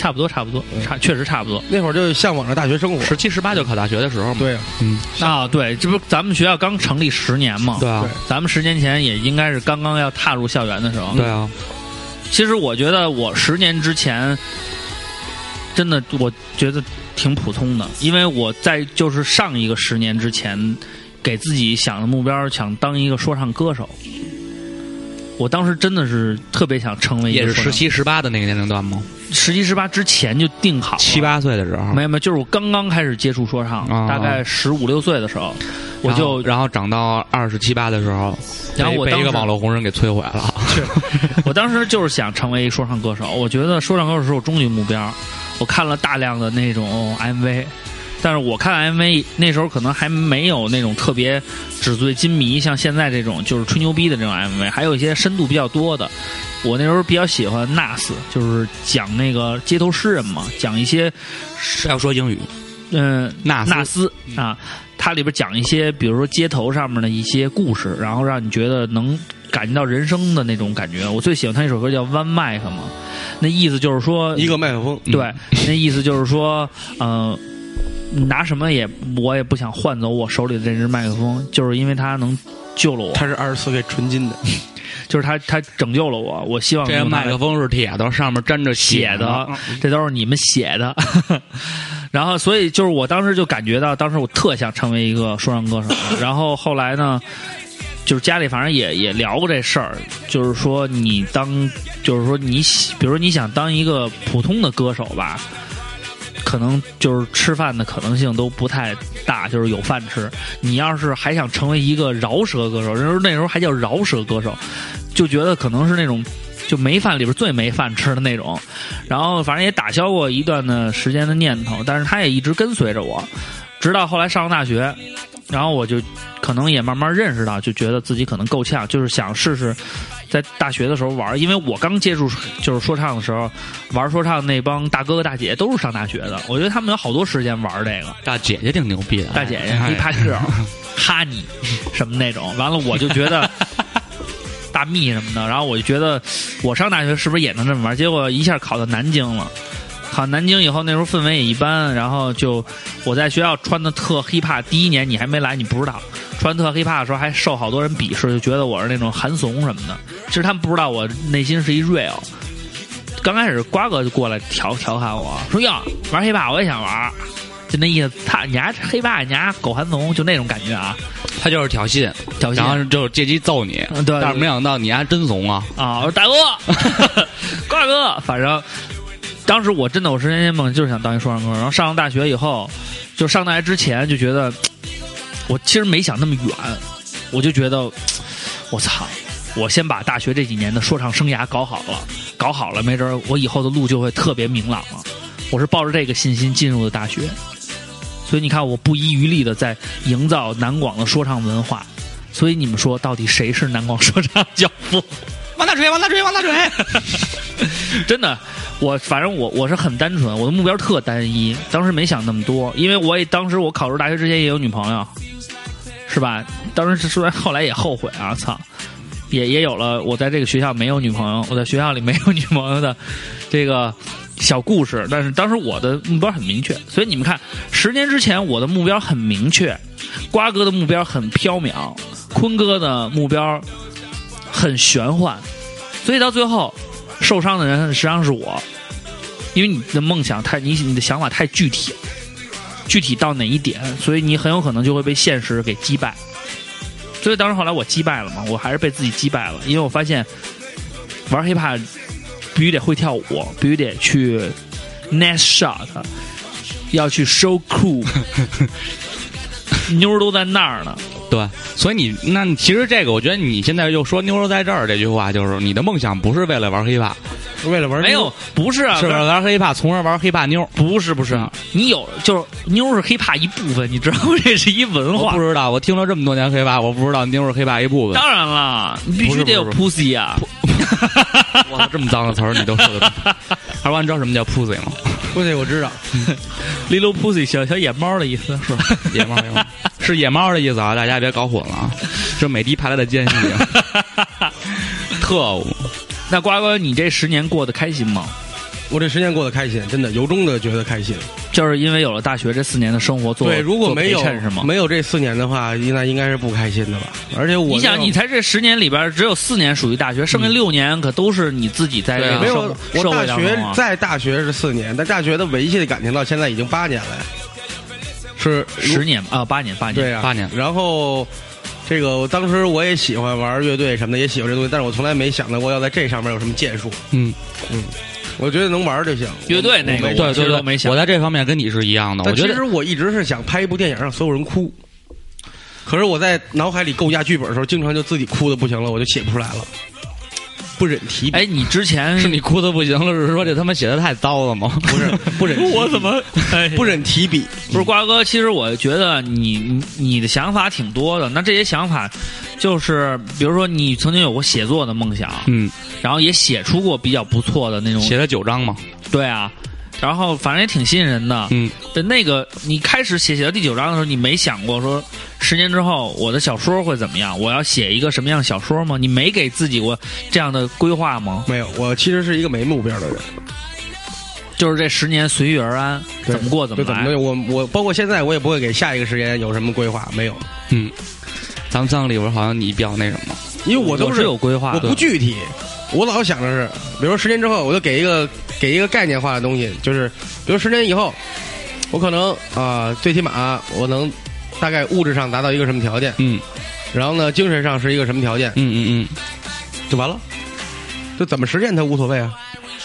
G: 差不多，差不多，差确实差不多。
H: 那会儿就向往着大学生活。
I: 十七十八就考大学的时候嘛。嗯
H: 对啊，
G: 啊，对，这不咱们学校刚成立十年嘛？
I: 对啊，
G: 咱们十年前也应该是刚刚要踏入校园的时候。
I: 对，啊，
G: 其实我觉得我十年之前，真的我觉得挺普通的，因为我在就是上一个十年之前，给自己想的目标想当一个说唱歌手。我当时真的是特别想成为一
I: 也
G: 个
I: 是
G: 说
I: 十
G: 唱
I: 七十八的那个年龄段吗？
G: 十七十八之前就定好了
I: 七八岁的时候，
G: 没有没有，就是我刚刚开始接触说唱，
I: 嗯啊
G: 大概十五六岁的时候，我
I: 然
G: 就
I: 后然后长到二十七八的时候，
G: 然后
I: 被
G: 我
I: 被
G: 当
I: 一个
G: 时
I: 网络红人给摧毁了。
G: 我当时就是想成为说唱歌手，我觉得说唱歌手是我终极目标。我看了大量的那种 MV，但是我看 MV 那时候可能还没有那种特别纸醉金迷，像现在这种就是吹牛逼的这种 MV，还有一些深度比较多的。我那时候比较喜欢 Nas，就是讲那个街头诗人嘛，讲一些
I: 要说英语，
G: 嗯，
I: 纳斯
G: 纳斯啊，它里边讲一些，比如说街头上面的一些故事，然后让你觉得能感觉到人生的那种感觉。我最喜欢他一首歌叫《弯麦克》嘛，那意思就是说一
H: 个麦克风，
G: 对，那意思就是说，嗯、你拿什么也我也不想换走我手里的这只麦克风，就是因为它能救了我。它
H: 是二十四 K 纯金的，
G: 就是它它拯救了我。我希望
I: 这个
G: 用它
I: 麦克风是铁的，上面沾着
G: 写的嗯
I: 的，，
G: 这都是你们写的。 然后，所以就是我当时就感觉到，当时我特想成为一个说唱歌手。然后后来呢，就是家里反正也也聊过这事儿，就是说你当，就是说你喜，比如说你想当一个普通的歌手吧，可能就是吃饭的可能性都不太大，就是有饭吃。你要是还想成为一个饶舌歌手，那时候那时候还叫饶舌歌手，就觉得可能是那种就没饭里边最没饭吃的那种。然后反正也打消过一段的时间的念头，但是他也一直跟随着我，直到后来上了大学，然后我就可能也慢慢认识到，就觉得自己可能够呛，就是想试试在大学的时候玩儿，因为我刚接触就是说唱的时候，玩说唱那帮大哥哥大姐姐都是上大学的，我觉得他们有好多时间玩这个。
I: 大姐姐挺牛逼的，
G: 大姐姐
I: 哎
G: 一 趴翅，哈你什么那种，完了我就觉得大蜜什么的，然后我就觉得我上大学是不是也能这么玩？结果一下考到南京了。考南京以后，那时候氛围也一般，然后就我在学校穿的特 hiphop。第一年你还没来，你不知道，穿特 hiphop 的时候还受好多人鄙视，就觉得我是那种韩怂什么的。其实他们不知道我内心是一 real。刚开始瓜哥就过来调调侃我说：“哟，玩 hiphop 我也想玩。”就那意思，他你丫黑爸，你丫狗韩怂，就那种感觉啊。
I: 他就是挑衅，
G: 挑衅
I: 然后就是借机揍你。
G: 嗯对
I: 但是没想到你还真怂啊！
G: 啊！我说大哥， 瓜哥，反正当时我真的我十年前梦就是想当一说唱歌手，然后上了大学以后，就上大学之前就觉得，我其实没想那么远，我就觉得，我操。我先把大学这几年的说唱生涯搞好了，搞好了，没准儿我以后的路就会特别明朗了。我是抱着这个信心进入的大学，所以你看，我不遗余力的在营造南广的说唱文化。所以你们说，到底谁是南广说唱教父？
I: 王大锤，王大锤，王大锤！
G: 真的，我反正我我是很单纯，我的目标特单一，当时没想那么多，因为我也当时我考入大学之前也有女朋友，是吧？当时虽然后来也后悔啊，操，也也有了我在这个学校没有女朋友，我在学校里没有女朋友的这个小故事，但是当时我的目标很明确，所以你们看，十年之前我的目标很明确，瓜哥的目标很缥缈，坤哥的目标很玄幻，所以到最后受伤的人实际上是我，因为你的梦想太你你的想法太具体了，具体到哪一点，所以你很有可能就会被现实给击败。所以当时后来我击败了嘛，我还是被自己击败了，因为我发现玩 hiphop 必须得会跳舞，必须得去 next shot，要去 show cool，妞儿都在那儿呢。
I: 对，所以你那你其实这个，我觉得你现在又说“妞儿在这儿”这句话，就是你的梦想不是为了玩 hiphop，
H: 为了玩
I: 没
G: 有，不是啊，
I: 是为了玩 hiphop，从而玩 hiphop 妞。啊
G: 不是不是，你有就是妞是 hiphop 一部分，你知道吗这是一文
I: 我
G: 化
I: 不。知道，我听了这么多年 hiphop，我不 知道妞儿是 hiphop 一部分
G: 当。然了，你必须得有
I: 不是
G: pussy 啊！
I: 我操，这么脏的词儿你都说的。二万，你知道什么叫 pussy 吗？
H: 不对，我知道
G: ，little pussy 小小野猫的意思 是吧？
I: 野猫，野猫是野猫的意思啊，大家别搞混了啊。这美的派来的啊奸细， 特务。
G: 那瓜哥，你这十年过得开心吗？
H: 我这十年过得开心，真的由衷的觉得开心。
G: 就是因为有了大学这四年的生活做
H: 对，如果
G: 做
H: 没
G: 陪
H: 有
G: 衬是吗？
H: 没有这四年的话，那应该是不开心的吧？而且我
G: 你想，你才这十年里边只有四年属于大学，剩下六年可都是你自己在这
H: 对啊
G: 个
H: 没
G: 社
H: 有
G: 会，
H: 我
G: 社
H: 大
G: 会当
H: 学
G: 中啊。
H: 在大学是四年，但大学的维系的感情到现在已经八年了，是
G: 十年啊，八年，八年，
H: 对啊，
I: 八年。
H: 然后这个我当时我也喜欢玩乐队什么的，也喜欢这东西，但是我从来没想到过要在这上面有什么建树。
I: 嗯
H: 嗯，我觉得能玩就行。
G: 乐队那个
H: 我
I: 对
H: 没
I: 对对，我在这方面跟你是一样啊的。我
H: 但
I: 觉
H: 其
I: 得
H: 实我一直是想拍一部电影让所有人哭，可是我在脑海里构架剧本的时候，经常就自己哭的不行了，我就写不出来了，不忍提笔。
G: 哎，你之前
I: 是你哭的不行了，是说这他妈写的太糟了吗？
H: 不 是，不忍，
G: 我怎么哎
H: 不忍提笔？
G: 不是瓜哥，其实我觉得你你你的想法挺多的。那这些想法，就是比如说你曾经有过写作的梦想，
I: 嗯，
G: 然后也写出过比较不错的那种，
I: 写了九章嘛，
G: 对啊，然后反正也挺吸引人的，
I: 嗯，
G: 的那个你开始写写到第九章的时候，你没想过说十年之后我的小说会怎么样？我要写一个什么样的小说吗？你没给自己过这样的规划吗？
H: 没有，我其实是一个没目标的人，
G: 就是这十年随遇而安，
H: 对
G: 怎么过怎
I: 嗯
G: 么
H: 就怎
G: 来
H: 么。我我包括现在我也不会给下一个时间有什么规划，没有，
I: 嗯，咱们葬礼，我好像你比较那什么，
H: 因为我都
I: 我是有规划
H: 我
I: 的
H: 不具体，我老想着是，比如说十年之后，我就给一个给一个概念化的东西，就是比如十年以后，我可能啊、最起码我能大概物质上达到一个什么条件，
I: 嗯，
H: 然后呢，精神上是一个什么条件，
I: 嗯嗯
H: 嗯，就完了，就怎么实现它无所谓啊，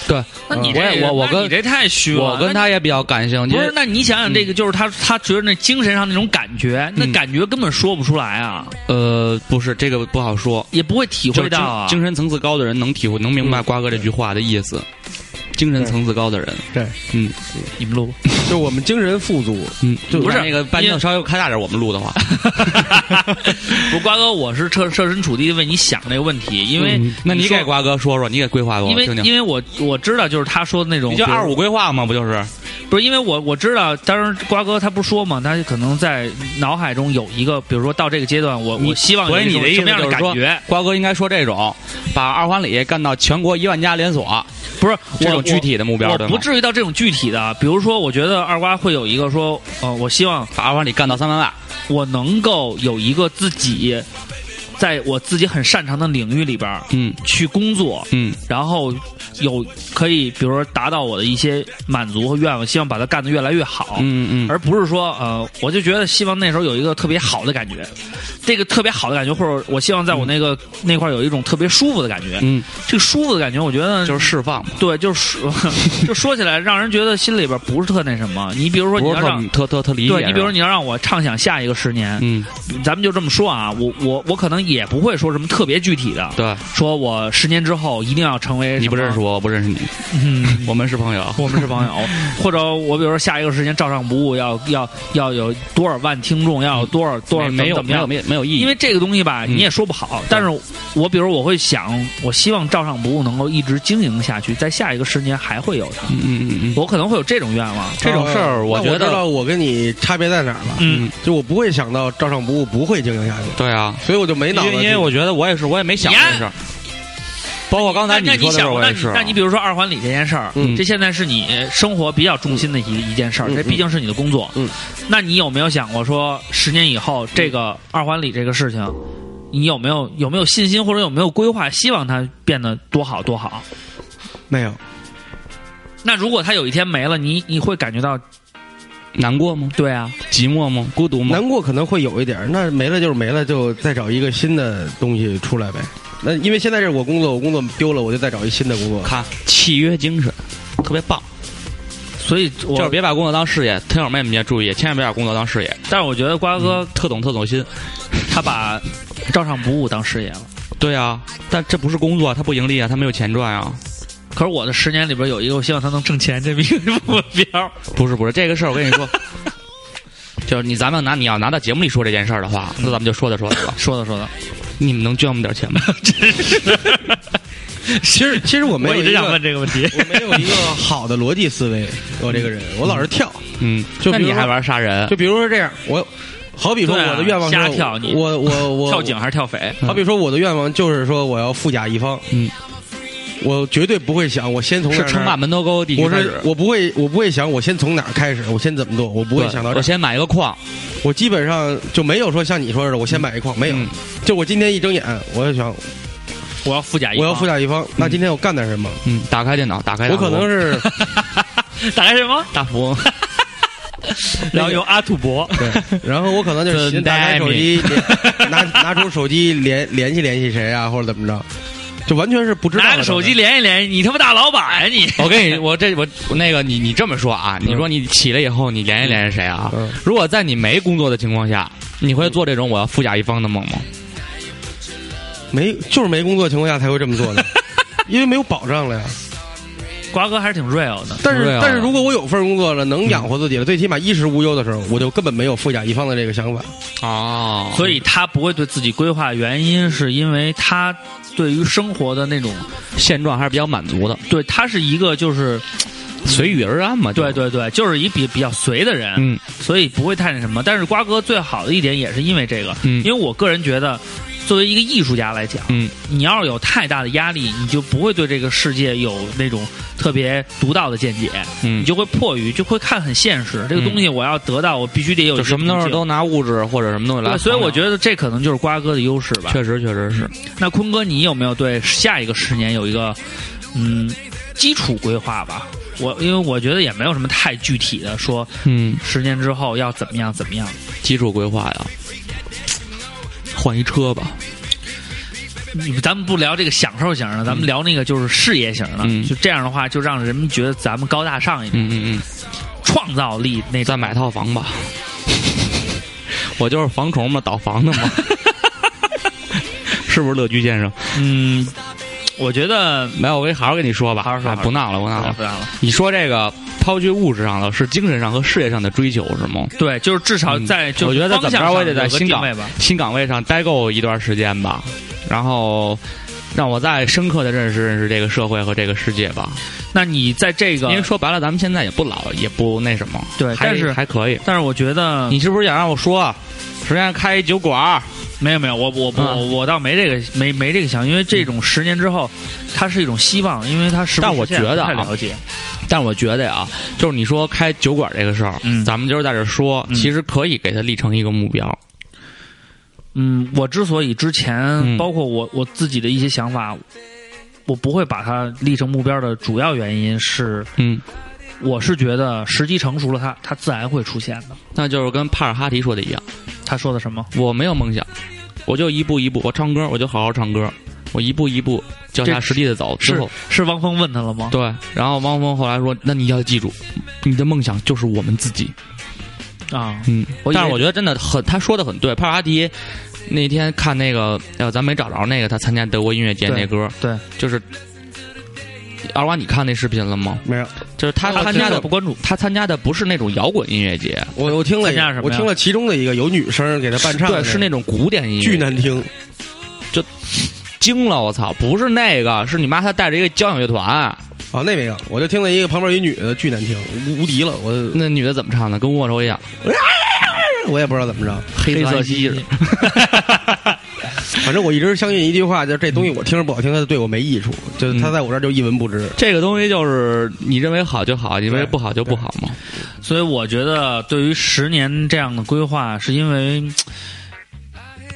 I: 对，
G: 那你
I: 嗯我也
G: 这个
I: 我我
G: 那
I: 跟
G: 你这太虚了。
I: 我跟
G: 那
I: 他嗯也比较感性，
G: 你不
I: 因为
G: 是，那你想想这个，就是他他觉得那精神上那种感觉，
I: 嗯
G: 那感觉根本说不出来啊，
I: 呃，不是这个不好说，
G: 也不会体
I: 就是
G: 会到啊。
I: 精精神层次高的人能体会能明白瓜哥这句话的意思，精神层次高的人，
H: 对，
I: 嗯，
G: 你们录吧，
H: 就我们精神富足，
I: 嗯，
H: 就
I: 不是
H: 把
I: 那个半
G: 因
I: 径
G: 为
I: 稍微开大点，我们录的 话，
G: 不，瓜哥，我是设设身处地为你想这个问题，因为
I: 嗯那你
G: 说
I: 给瓜哥说说，你给规划给我
G: 因为
I: 听听，
G: 因为我我知道，就是他说的那种，
I: 你就
G: 比如
I: 二五规划嘛，不就是？
G: 不是因为我我知道，当然瓜哥他不说嘛，他可能在脑海中有一个，比如说到这个阶段，我我希望
I: 所以
G: 有一
I: 你
G: 种
I: 的意
G: 什
I: 思
G: 么样的
I: 就是
G: 感
I: 说
G: 觉？，
I: 瓜哥应该说这种，把二环里干到全国一万家连锁，
G: 不是
I: 这
G: 我
I: 种具体的目标
G: 我
I: 对
G: 不
I: 吗？
G: 至于到这种具体的，啊比如说，我觉得二瓜会有一个说，呃，我希望
I: 把二环里干到三万万，
G: 我能够有一个自己，在我自己很擅长的领域里边儿
I: 嗯
G: 去工作，
I: 嗯，
G: 然后有可以，比如说达到我的一些满足和愿望，希望把它干得越来越好，
I: 嗯嗯
G: 而不是说呃，我就觉得希望那时候有一个特别好的感觉，这个特别好的感觉，或者我希望在我那个、那块儿有一种特别舒服的感觉，
I: 嗯，
G: 这个舒服的感觉，我觉得
I: 就是释放嘛，
G: 对，就是说 就说起来，让人觉得心里边不是特那什么。你比如说，你
I: 不是
G: 要让
I: 特特特特理解，
G: 对你比如说
I: 是吧
G: 你要让我畅想下一个十年，
I: 嗯，
G: 咱们就这么说啊，我我我可能也不会说什么特别具体的，
I: 对，
G: 说我十年之后一定要成为
I: 你不认识
G: 我，
I: 我，我不认识你，
G: 嗯，
I: 我们是朋友，
G: 我们是朋友， 或者我比如说下一个十年照常不误，要要要有多少万听众，要有多少多少
I: 嗯没没有
G: 怎么
I: 没有
G: 样
I: 没。有没有意义，
G: 因为这个东西吧，
I: 嗯
G: 你也说不好。但是我比如我会想，我希望照常不误能够一直经营下去，在下一个十年还会有它。
I: 嗯嗯嗯嗯，
G: 我可能会有这种愿望。
I: 这种事儿
H: 呃
I: 我
H: 那
I: 觉
H: 知道
I: 得，
H: 我跟你差别在哪儿了，
G: 嗯，
H: 就我不会想到照上不误不会经营下去，
I: 对啊，
H: 所以我就没
I: 因
H: 脑子
I: 为
H: 去，
I: 因为我觉得我也是，我也没想过这事儿，包括刚才
G: 那那
I: 说的事
G: 想
I: 儿，
G: 过，
I: 我
G: 那
I: 也
G: 你
I: 是，啊
G: 那你比如说二环里这件事儿，
H: 嗯
G: 这现在是你生活比较重心的一一件事儿，
H: 嗯
G: 这毕竟是你的工作。
H: 嗯，
G: 那你有没有想过说，十年以后这个二环里这个事情，你有没有有没有信心或者有没有规划，希望它变得多好多好？
H: 没有，
G: 那如果它有一天没了，你你会感觉到
I: 难过吗？
G: 对啊，
I: 寂寞吗？孤独吗？
H: 难过可能会有一点儿，那没了就是没了，就再找一个新的东西出来呗。那因为现在这是我工作，我工作丢了，我就再找一新的工 作。
I: 看契约精神，特别棒，
G: 所以我
I: 就是别把工作当事业，听友妹们也注意，千万别把工作当事业，
G: 但是我觉得瓜哥
I: 特懂特走心。
G: 他把嗯照常不误当事业了。
I: 对啊，但这不是工作，他不盈利啊，他没有钱 赚啊。
G: 可是我的十年里边有一个，我希望他能挣钱，这么一个目标。
I: 不是不是，这个事儿我跟你说， 就是你咱们拿你要拿到节目里说这件事儿的话，那咱们就说的说的 了。
G: 啊说的说的，
I: 你们能捐我们点钱吗？
G: 真是。
H: 其实其实我没
G: 我
H: 有
G: 一
H: 一
G: 直
H: 个
G: 想问这个问题。
H: 我没有一个好的逻辑思维，我这个人我老是跳。
I: 嗯，
H: 就
I: 那
H: 比如
I: 你还
H: 说
I: 玩 杀人啊
H: 就？比如说这样，我好比说
G: 对啊
H: 我的愿望是
G: 瞎跳你
H: 我我我
G: 跳井还是跳匪？
H: 好比说我的愿望就是说我要富甲一方，
I: 嗯，
H: 我绝对不会想我先从
I: 是
H: 哪儿
I: 称霸门头沟地区
H: 我
I: 开
H: 是
I: 始。
H: 我不会，我不会想我先从哪儿开始，我先怎么做，我不会
I: 对
H: 想到这
I: 我
H: 儿。
I: 先买一个矿，
H: 我基本上就没有说像你说似的，我先买一筐，没有。
I: 嗯
H: 就我今天一睁眼，我就想
G: 我要富甲一嗯
H: 我
G: 方，
H: 要富甲一方，那今天我干点什么？
I: 嗯，打开电脑，打开大
H: 我
I: 富
H: 可
I: 翁，
H: 能 是
G: 打开什么？
I: 大富翁，
G: 然后用阿土 伯。
H: 对，然后我可能就是先打
I: Pandemic
H: 开手机，联 拿拿出手机联联系联系谁啊，或者怎么着，就完全是不知道的
G: 拿着手机
H: 状
G: 联
H: 态
G: 系联系，你他妈大老板呀 你！
I: 我跟你，我这我我那个你你这么说啊，你说你起来以后你联系联系谁啊
H: 嗯？
I: 如果在你没工作的情况下，你会做这种我要富甲一方的梦吗？
H: 没就是没工作情况下才会这么 做的，因为没有保障了呀。
G: 瓜哥还是挺 real 的。
H: 但
I: 不
H: 是
I: 是啊
H: 但是如果我有份工作了，能养活自
G: 嗯
H: 己了，最起码衣食无忧的时候，我就根本没有富甲一方的这个想法。
I: 哦
G: 所以他不会对自己规划，原因是因为他对于生活的那种，
I: 现状还是比较满足的。
G: 对他是一个就是
I: 随遇而安嘛。
G: 对对对，就是一比比较随的人，
I: 嗯，
G: 所以不会太那什么。但是瓜哥最好的一点也是因为这个，
I: 嗯
G: 因为我个人觉得，作为一个艺术家来讲，
I: 嗯，
G: 你要是有太大的压力，你就不会对这个世界有那种特别独到的见解，
I: 嗯
G: 你就会迫于就会看很现实，这个
I: 嗯
G: 东西我要得到，我必须得有
I: 就什么东西都拿物质或者什么东西
G: 对，
I: 来衡量。
G: 所以我觉得这可能就是瓜哥的优势吧。
I: 确实确实是，
G: 那坤哥，你有没有对下一个十年有一个嗯基础规划吧？我因为我觉得也没有什么太具体的说，
I: 嗯，
G: 十年之后要怎么样怎么样。
I: 基础规划呀，换一车吧。
G: 你咱们不聊这个享受型的，咱们聊那个就是事业型的。
I: 嗯
G: 就这样的话，就让人们觉得咱们高大上一点，
I: 嗯嗯嗯，
G: 创造力那
I: 再买套房吧。 我就是房虫嘛，倒房的嘛， 是不是乐居先生？
G: 嗯，我觉得
I: 没有，我好好跟你说吧，好好
G: 说好好说
I: 不闹了，不闹了，
G: 不闹了。
I: 你说这个抛去物质上的，是精神上和事业上的追求是吗？
G: 对，就是至少在、就
I: 嗯我
G: 是
I: 觉得
G: 方
I: 怎么
G: 向
I: 着，
G: 上
I: 我也得
G: 有
I: 在
G: 个
I: 新
G: 定
I: 岗
G: 位吧。
I: 新岗位上待够一段时间吧，然后让我再深刻的认识认识这个社会和这个世界吧。
G: 那你在这个，
I: 因为说白了，咱们现在也不老，也不那什么，
G: 对，
I: 还
G: 但是嗯
I: 还可以。
G: 但是我觉得
I: 你是不是想让我说，实际上开一酒馆儿？
G: 没有没有，我我不、
I: 嗯
G: 我我倒没这个没没这个想，因为这种十年之后，它是一种希望，因为它是不是
I: 但我觉得啊
G: 太了解，
I: 但我觉得啊，就是你说开酒馆这个事儿，
G: 嗯
I: 咱们就是在这说，
G: 嗯
I: 其实可以给它立成一个目标。
G: 嗯，我之所以之前、
I: 嗯
G: 包括我我自己的一些想法，我不会把它立成目标的主要原因是，
I: 嗯，
G: 我是觉得时机成熟了它，它自然会出现的。
I: 那就是跟帕尔哈提说的一样，
G: 他说的什么？
I: 我没有梦想，我就一步一步，我唱歌我就好好唱歌，我一步一步脚踏
G: 这
I: 实地的走，之
G: 是
I: 后
G: 是汪峰问他了吗？
I: 对，然后汪峰后来说：“那你要记住，你的梦想就是我们自己。
G: 啊”，
I: 嗯，
G: 我以为
I: 但是我觉得真的很，他说的很对。帕拉迪那天看那个，哎呦，咱没找着那个他参加德国音乐节那歌，
G: 对，
I: 就是二娃，你看那视频了吗？
H: 没有，
I: 就是他
G: 我
I: 参加
G: 真
I: 的
G: 的不关注，
I: 他参加的不是那种摇滚音乐节，
H: 我我听了一
G: 参加什么呀
H: 我听了其中的一个有女声给他伴唱的
I: 对，是那种古典
G: 嗯
I: 音乐，
H: 巨难听，
I: 惊了，我操！不是那个，是你妈，她带着一个交响乐团，
H: 哦，那没有，我就听了一个旁边一女的巨难听，无无敌了，我
I: 那女的怎么唱的？跟握手一样，
H: 我也不知道怎么着，
I: 黑色
G: 色
I: 西
G: 西
I: 似的。
H: 反正我一直相信一句话，就是这东西我听着不好听，它对我没益处，就是
G: 嗯
H: 它在我这儿就一文不值。
I: 这个东西就是你认为好就好，你认为不好就不好嘛。
G: 所以我觉得，对于十年这样的规划，是因为，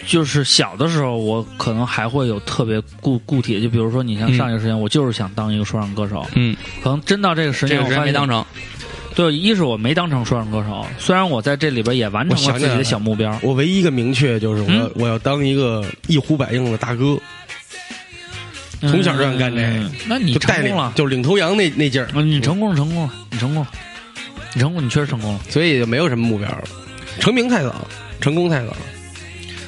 G: 就是小的时候，我可能还会有特别固固体的，就比如说，你像
I: 嗯
G: 上一个十年，我就是想当一个说唱歌手，
I: 嗯，
G: 可能真到这个十
I: 这
G: 年，
I: 个
G: 我
I: 时间
G: 发
I: 没
G: 现
I: 当。成。
G: 对，一是我没当成说唱歌手，虽然我在这里边也完成了
H: 我想
G: 自
H: 起
G: 己
H: 来
G: 的
H: 了
G: 小目标，
H: 我唯一一个明确就是我要、
G: 嗯
H: 我要当一个一呼百应的大哥，从小就想干这个
G: 嗯那你
H: 就带
G: 成
H: 领
G: 功了，
H: 就是领头羊那那劲儿，
G: 嗯你成功了，成功了，你成功了，你成功，你确实成功了。
H: 所以就没有什么目标了。成名太早，成功太早。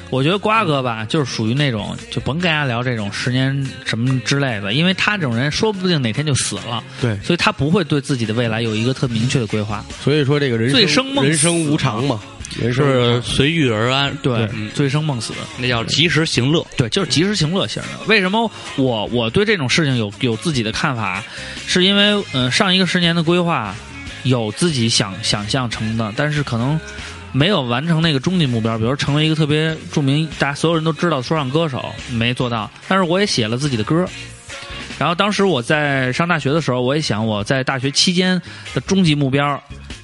G: 我觉得瓜哥吧，就是属于那种就甭跟大家聊这种十年什么之类的，因为他这种人说不定哪天就死了，
H: 对，
G: 所以他不会对自己的未来有一个特明确的规划。
H: 所以说这个人
G: 醉
H: 生
G: 生梦死
H: 人生无常嘛，人生无常
I: 是随遇而安，
G: 对
I: 嗯，
G: 醉生梦死，
I: 那叫及时行乐。
G: 对，就是及时行乐型的。为什么我我对这种事情有有自己的看法，是因为嗯、呃上一个十年的规划有自己想想象成的，但是可能没有完成那个终极目标，比如成为一个特别著名，大家所有人都知道的说唱歌手，没做到。但是我也写了自己的歌。然后当时我在上大学的时候，我也想我在大学期间的终极目标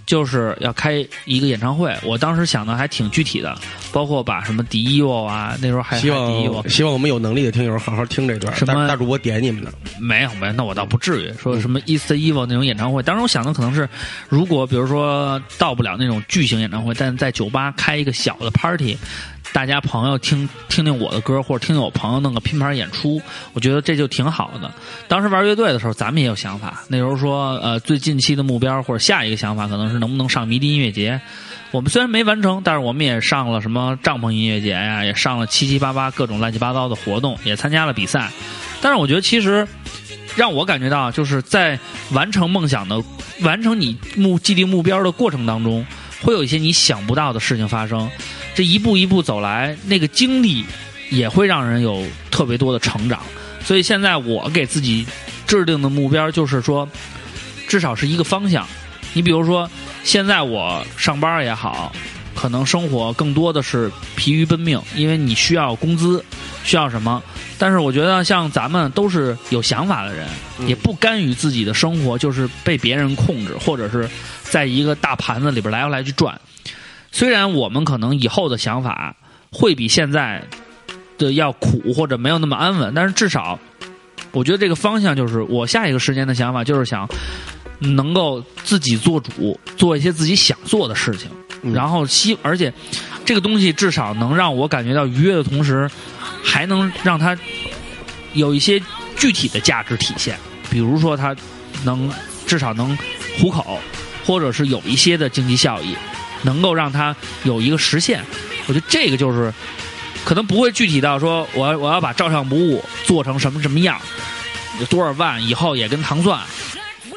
G: 就是要开一个演唱会。我当时想的还挺具体的，包括把什么迪 e v 啊，那时候还
H: 希
G: 还迪 e v
H: 望希望我们有能力的听友好好听这段，
G: 什么
H: 大大主播点你们的，
G: 没有没有，那我倒不至于说什么 East Evil 那种演唱会。当时我想的可能是，如果比如说到不了那种巨型演唱会，但在酒吧开一个小的 party，大家朋友听听听我的歌，或者听听我朋友弄个拼盘演出，我觉得这就挺好的。当时玩乐队的时候，咱们也有想法，那时候说呃最近期的目标或者下一个想法可能是能不能上迷笛音乐节。我们虽然没完成，但是我们也上了什么帐篷音乐节呀、也上了七七八八各种乱七八糟的活动，也参加了比赛。但是我觉得其实让我感觉到，就是在完成梦想的、完成你目既定目标的过程当中，会有一些你想不到的事情发生。这一步一步走来，那个经历也会让人有特别多的成长。所以现在我给自己制定的目标就是说，至少是一个方向。你比如说，现在我上班也好，可能生活更多的是疲于奔命，因为你需要工资，需要什么。但是我觉得像咱们都是有想法的人，也不甘于自己的生活就是被别人控制，或者是在一个大盘子里边来回来去转。虽然我们可能以后的想法会比现在的要苦或者没有那么安稳，但是至少我觉得这个方向就是我下一个十年的想法，就是想能够自己做主，做一些自己想做的事情。然后希，而且这个东西至少能让我感觉到愉悦的同时，还能让它有一些具体的价值体现，比如说它能至少能糊口，或者是有一些的经济效益，能够让它有一个实现。我觉得这个就是可能不会具体到说我要我要把照上不误做成什么什么样，有多少万以后也跟糖蒜。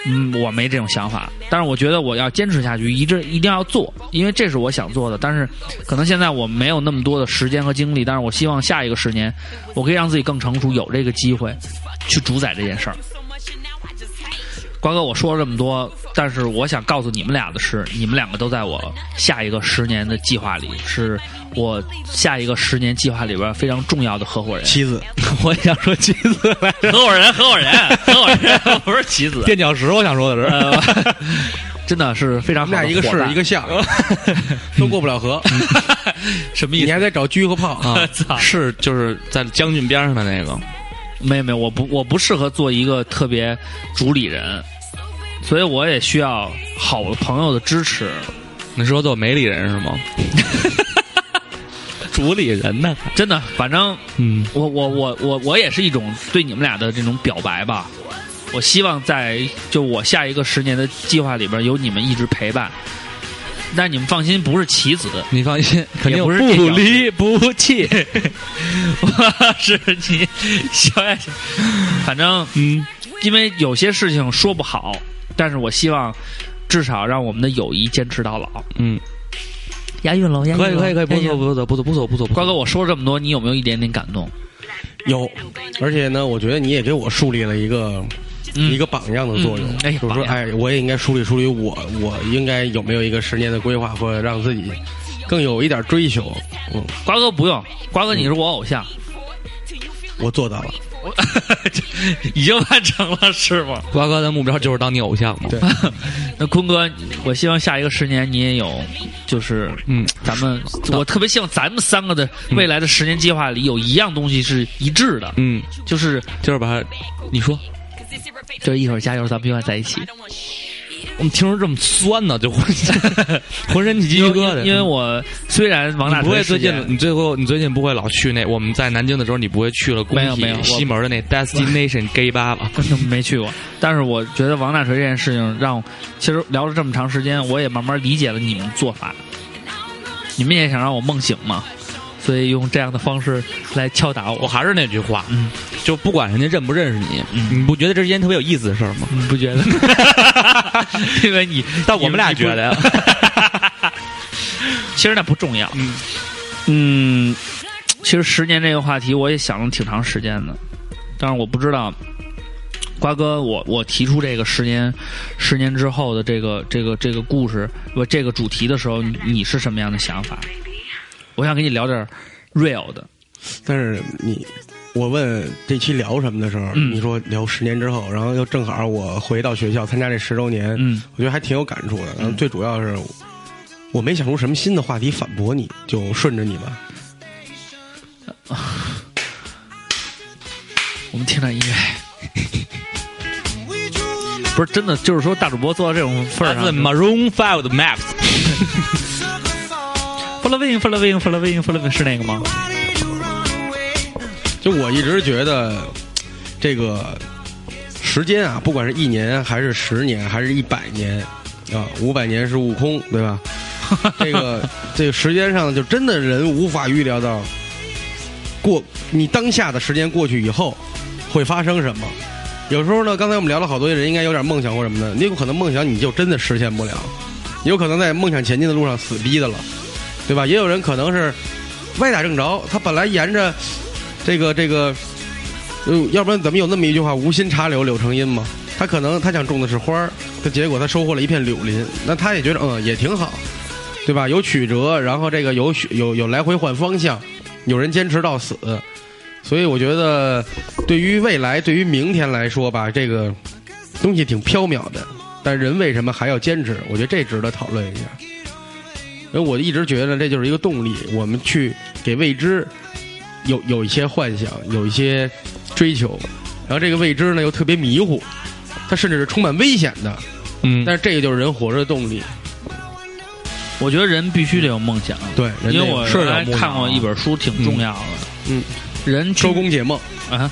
G: 嗯，我没这种想法，但是我觉得我要坚持下去，一直一定要做，因为这是我想做的。但是，可能现在我没有那么多的时间和精力，但是我希望下一个十年，我可以让自己更成熟，有这个机会去主宰这件事儿。瓜哥，我说了这么多，但是我想告诉你们俩的是，你们两个都在我下一个十年的计划里，是我下一个十年计划里边非常重要的合伙人。
H: 妻子，
G: 我也想说妻子来着，
M: 合伙人，合伙人，合伙人，不是棋子。
I: 垫脚石，我想说的 是，
G: 呃， 真的是非常
H: 我
G: 好的
H: 们俩一个
G: 伙
H: 是
G: 伴
H: 一个像，都过不了河。
M: 什么意
H: 你
M: 思？
H: 还在找居和胖啊？
M: 我操！
I: 是就是在将军边上的那个，
G: 没有没有，我不我不适合做一个特别主理人，所以我也需要好朋友的支持。
I: 你说做媒里人是吗？主理人呢？
G: 真的，反正
I: 嗯，
G: 我我我我我也是一种对你们俩的这种表白吧。我希望在就我下一个十年的计划里边有你们一直陪伴。但你们放心，不是棋子，
I: 你放心，肯定
G: 不是
I: 不
G: 垫脚石
I: 离不弃。
G: 我是你小爱，反正
I: 嗯，
G: 因为有些事情说不好，但是我希望至少让我们的友谊坚持到老。
I: 嗯，
G: 押韵喽，押
I: 可以可以可以，不
G: 错。
I: 错不错不错不错不错不错。
G: 瓜哥，我说这么多，你有没有一点点感动？
H: 有，而且呢，我觉得你也给我树立了一个、
G: 嗯
H: 一个榜样的作用
G: 嗯。哎呀
H: 就是说，
G: 榜样
H: 哎，我也应该梳理梳理我，我应该有没有一个十年的规划，或者让自己更有一点追求。嗯，
G: 瓜哥不用，瓜哥你是我偶像，
H: 我做到了。
G: 我 已经完成了是吗？
I: 瓜哥的目标就是当你偶像嘛。
H: 对
G: 那坤哥，我希望下一个十年你也有，就是
I: 嗯，
G: 咱们，我特别希望咱们三个的未来的十年计划里有一样东西是一致的，
I: 嗯，
G: 就是
I: 就是把它，你说
G: 就是一会儿加油，咱们永远在一 起。
I: 我们听着这么 酸呢，就浑身浑身起鸡
G: 因
I: 皮
G: 为
I: 疙瘩。
G: 因为我虽然王大
I: 你不会
G: 锤
I: 最
G: 事
I: 近
G: 件，
I: 你最后你最近不会老去那我们在南京的时候，你不会去了
G: 没
I: 工
G: 有没有
I: 体
G: 我
I: 西门的那 Destination Gay 吧吧？
G: 真的没去过，但是我觉得王大锤这件事情让，其实聊了这么长时间，我也慢慢理解了你们的做法，你们也想让我梦醒嘛，所以用这样的方式来敲打
I: 我
G: 我，
I: 还是那句话，
G: 嗯
I: 就不管人家认不认识你，你不觉得这是一件特别有意思的事儿吗？
G: 你不 觉得？因为你，
I: 但我们俩觉得呀，
G: 其实那不重要，
I: 嗯
G: 嗯，其实十年这个话题我也想了挺长时间的，但是我不知道，瓜哥，我我提出这个十年十年之后的这个这个这个故事，我这个主题的时候，你你是什么样的想法？我想跟你聊点 real 的，
H: 但是你，我问这期聊什么的时候，
G: 嗯
H: 你说聊十年之后，然后又正好我回到学校参加这十周年，
G: 嗯，
H: 我觉得还挺有感触的。然后最主要是，我没想出什么新的话题反驳你，就顺着你吧。
G: 我们听点音乐。 不是真的，就是说大主播做到这种份儿
I: 来自
G: 上，
I: Maroon Five 的 Maps，
G: f l o w i n g f l o w i n g f l o w i n g f l o w i n g 是那个吗？
H: 就我一直觉得，这个时间啊，不管是一年还是十年还是一百年，啊，五百年是悟空，对吧？这个这个时间上，就真的人无法预料到过你当下的时间过去以后会发生什么。有时候呢，刚才我们聊了好多人应该有点梦想或什么的，你有可能梦想你就真的实现不了，你有可能在梦想前进的路上死逼的了，对吧？也有人可能是歪打正着，他本来沿着这个这个，呃，要不然怎么有那么一句话“无心插柳柳成荫”嘛？他可能他想种的是花儿，他结果他收获了一片柳林，那他也觉得嗯也挺好，对吧？有曲折，然后这个有曲有有来回换方向，有人坚持到死，所以我觉得对于未来，对于明天来说吧，这个东西挺缥缈的。但人为什么还要坚持？我觉得这值得讨论一下。因为我一直觉得这就是一个动力，我们去给未知有有一些幻想，有一些追求，然后这个未知呢又特别迷糊，它甚至是充满危险的。
I: 嗯，
H: 但是这个就是人活着的动力。
G: 我觉得人必须得有梦想，
H: 对，人
G: 因为
H: 得
G: 我
H: 是有
G: 原来
H: 梦想
G: 看过
H: 啊
G: 一本书，挺重要的。
H: 嗯，
G: 人
H: 周公解梦
G: 啊，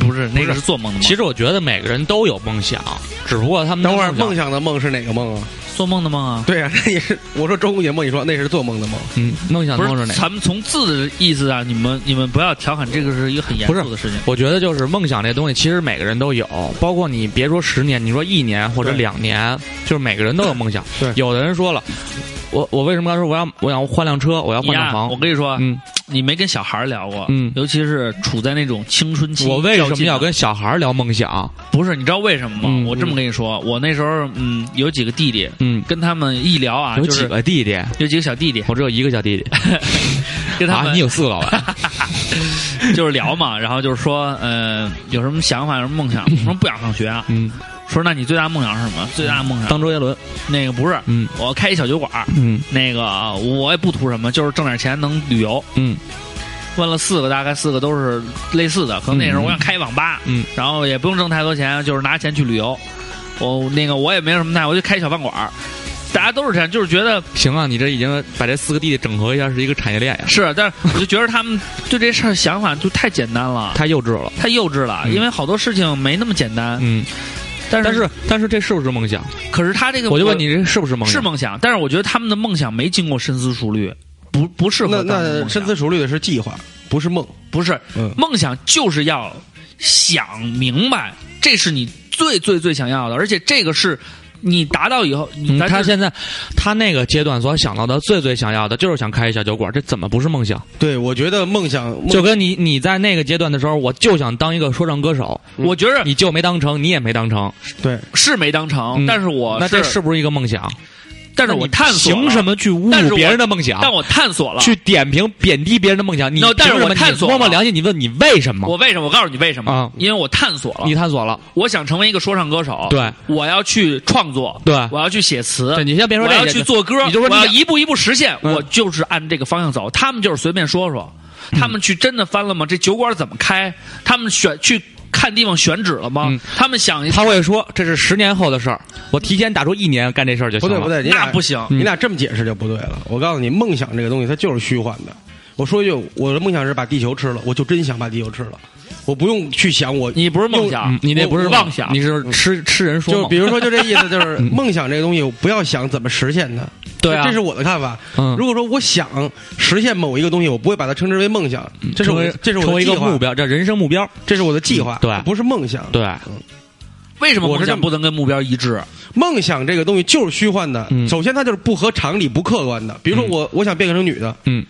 G: 不是那个是做梦的梦。
I: 其实我觉得每个人都有梦想，只不过他们
H: 等会儿
I: 嗯梦
H: 梦想的梦是哪个梦啊？
G: 做梦的梦啊？
H: 对啊，那也是我说周公解梦，你说那是做梦的梦。
I: 嗯，梦想
G: 不
I: 梦
G: 是
I: 是哪个？
G: 咱们从字的意思啊，你们你们不要调侃这个是一个很严
I: 不是
G: 肃的事情。
I: 我觉得就是梦想这东西，其实每个人都有，包括你别说十年，你说一年或者两年，就是每个人都有梦想。
H: 对，
I: 有的人说了，我我为什么刚说我要我想换辆车，我要换
G: 你呀
I: 辆房？
G: 我跟你说，
I: 嗯，
G: 你没跟小孩儿聊过，
I: 嗯
G: 尤其是处在那种青春期较劲
I: 我
G: 啊，
I: 为什么要跟小孩聊梦想？
G: 不是，你知道为什么吗？
I: 嗯
G: 我这么
I: 嗯
G: 跟你说，我那时候嗯，有几个弟弟，
I: 嗯，
G: 跟他们一聊啊，
I: 有
G: 就
I: 几
G: 是
I: 个弟弟？
G: 有几个小弟弟，
I: 我只有一个小弟弟。
G: 跟他们、
I: 啊，你有四个老 板？
G: 就是聊嘛，然后就是说，呃，有什么想法，有什么梦 想？我说不想上学啊。
I: 嗯，
G: 说那你最大梦想是什么？最大梦想
I: 当周杰伦。
G: 那个不是，
I: 嗯
G: 我开一小酒馆，
I: 嗯
G: 那个我也不图什么，就是挣点钱能旅游。
I: 嗯
G: 问了四个，大概四个都是类似的，可能那时候我想开一网吧，
I: 嗯
G: 然后也不用挣太多钱，就是拿钱去旅游。我那个我也没有什么太，我就开小饭馆儿，大家都是这样，就是觉得
I: 行啊，你这已经把这四个弟弟整合一下，是一个产业链呀。
G: 是，但是我就觉得他们对这事儿想法就太简单了，
I: 太幼稚了。
G: 太幼稚了，
I: 嗯
G: 因为好多事情没那么简单。
I: 嗯，
G: 但
I: 但是但是这是不是梦想？
G: 可是他这个，
I: 我就问你，这是不是梦
G: 是
I: 想？
G: 梦想，但是我觉得他们的梦想没经过深思熟虑，不不适
H: 那
G: 合当梦
H: 那
G: 想
H: 深思熟虑的是计划，不是梦。
G: 不是
H: 嗯，
G: 梦想就是要想明白，这是你最最最想要的，而且这个是你达到以后，你
I: 嗯，
G: 咱
I: 他
G: 就是
I: 现在他那个阶段所想到的最最想要的就是想开一小酒馆，这怎么不是梦想？
H: 对，我觉得梦想梦
I: 就跟你你在那个阶段的时候，我就想当一个说唱歌手，
G: 我觉得
I: 你就没当成，你也没当成，
H: 对
G: 是没当成，
I: 嗯
G: 但是我
I: 那这
G: 是
I: 是，不是一个梦想？
G: 但是我探索
I: 凭
G: 了
I: 什么去侮
G: 但是
I: 辱
G: 我
I: 别人的梦想？
G: 但我探索了，
I: 去点评贬低别人的梦想？你
G: No，但是
I: 凭什么
G: 我探索
I: 你摸摸
G: 了
I: 良心，你问你为什么？
G: 我为什么？我告诉你为什么
I: 啊
G: 因为我探索了
I: 你，探索了，
G: 我想成为一个说唱歌手，
I: 对，
G: 我要去创作，
I: 对
G: 我要去写词，
I: 对，你先别说
G: 我
I: 这
G: 要
I: 些
G: 去做歌，
I: 你就说
G: 我
I: 你
G: 要
I: 想
G: 一步一步实现，
I: 嗯
G: 我就是按这个方向走。他们就是随便说说，他们去真的翻了吗？这酒馆怎么开？他们选去看地方选址了吗？
I: 嗯
G: 他们想一
I: 他会说这是十年后的事儿，我提前打出一年干这事儿就
H: 不
I: 行
H: 对
I: 了。
H: 不对，你俩
G: 那不行，
H: 你俩这么解释就不对了。我告诉你，梦想这个东西它就是虚幻的。我说一句，我的梦想是把地球吃了，我就真想把地球吃了，我不用去想我。
G: 你不是梦想
I: 嗯，你那不是
G: 我妄想嗯
I: 你是吃吃人说
H: 就
I: 梦
H: 比如说，就这意思，就是梦想这个东西，不要想怎么实现它。
I: 嗯对啊
H: 这是我的看法。
I: 嗯
H: 如果说我想实现某一个东西，我不会把它称之为梦想，这是
I: 成
H: 我
I: 为
H: 的这是
I: 嗯成
H: 我
I: 为
H: 的计
I: 一个
H: 划
I: 目，标，这人生目标。
H: 这是我的计划，
I: 对
H: 不是梦想。
I: 对，
G: 为什么
H: 我是
G: 梦
H: 这
G: 想
H: 么
G: 不能跟目标一致？
H: 梦想这个东西就是虚幻的，
I: 嗯
H: 首先它就是不合常理、不客观的。比如说
I: 嗯
H: 我，我想变成女的，
I: 嗯，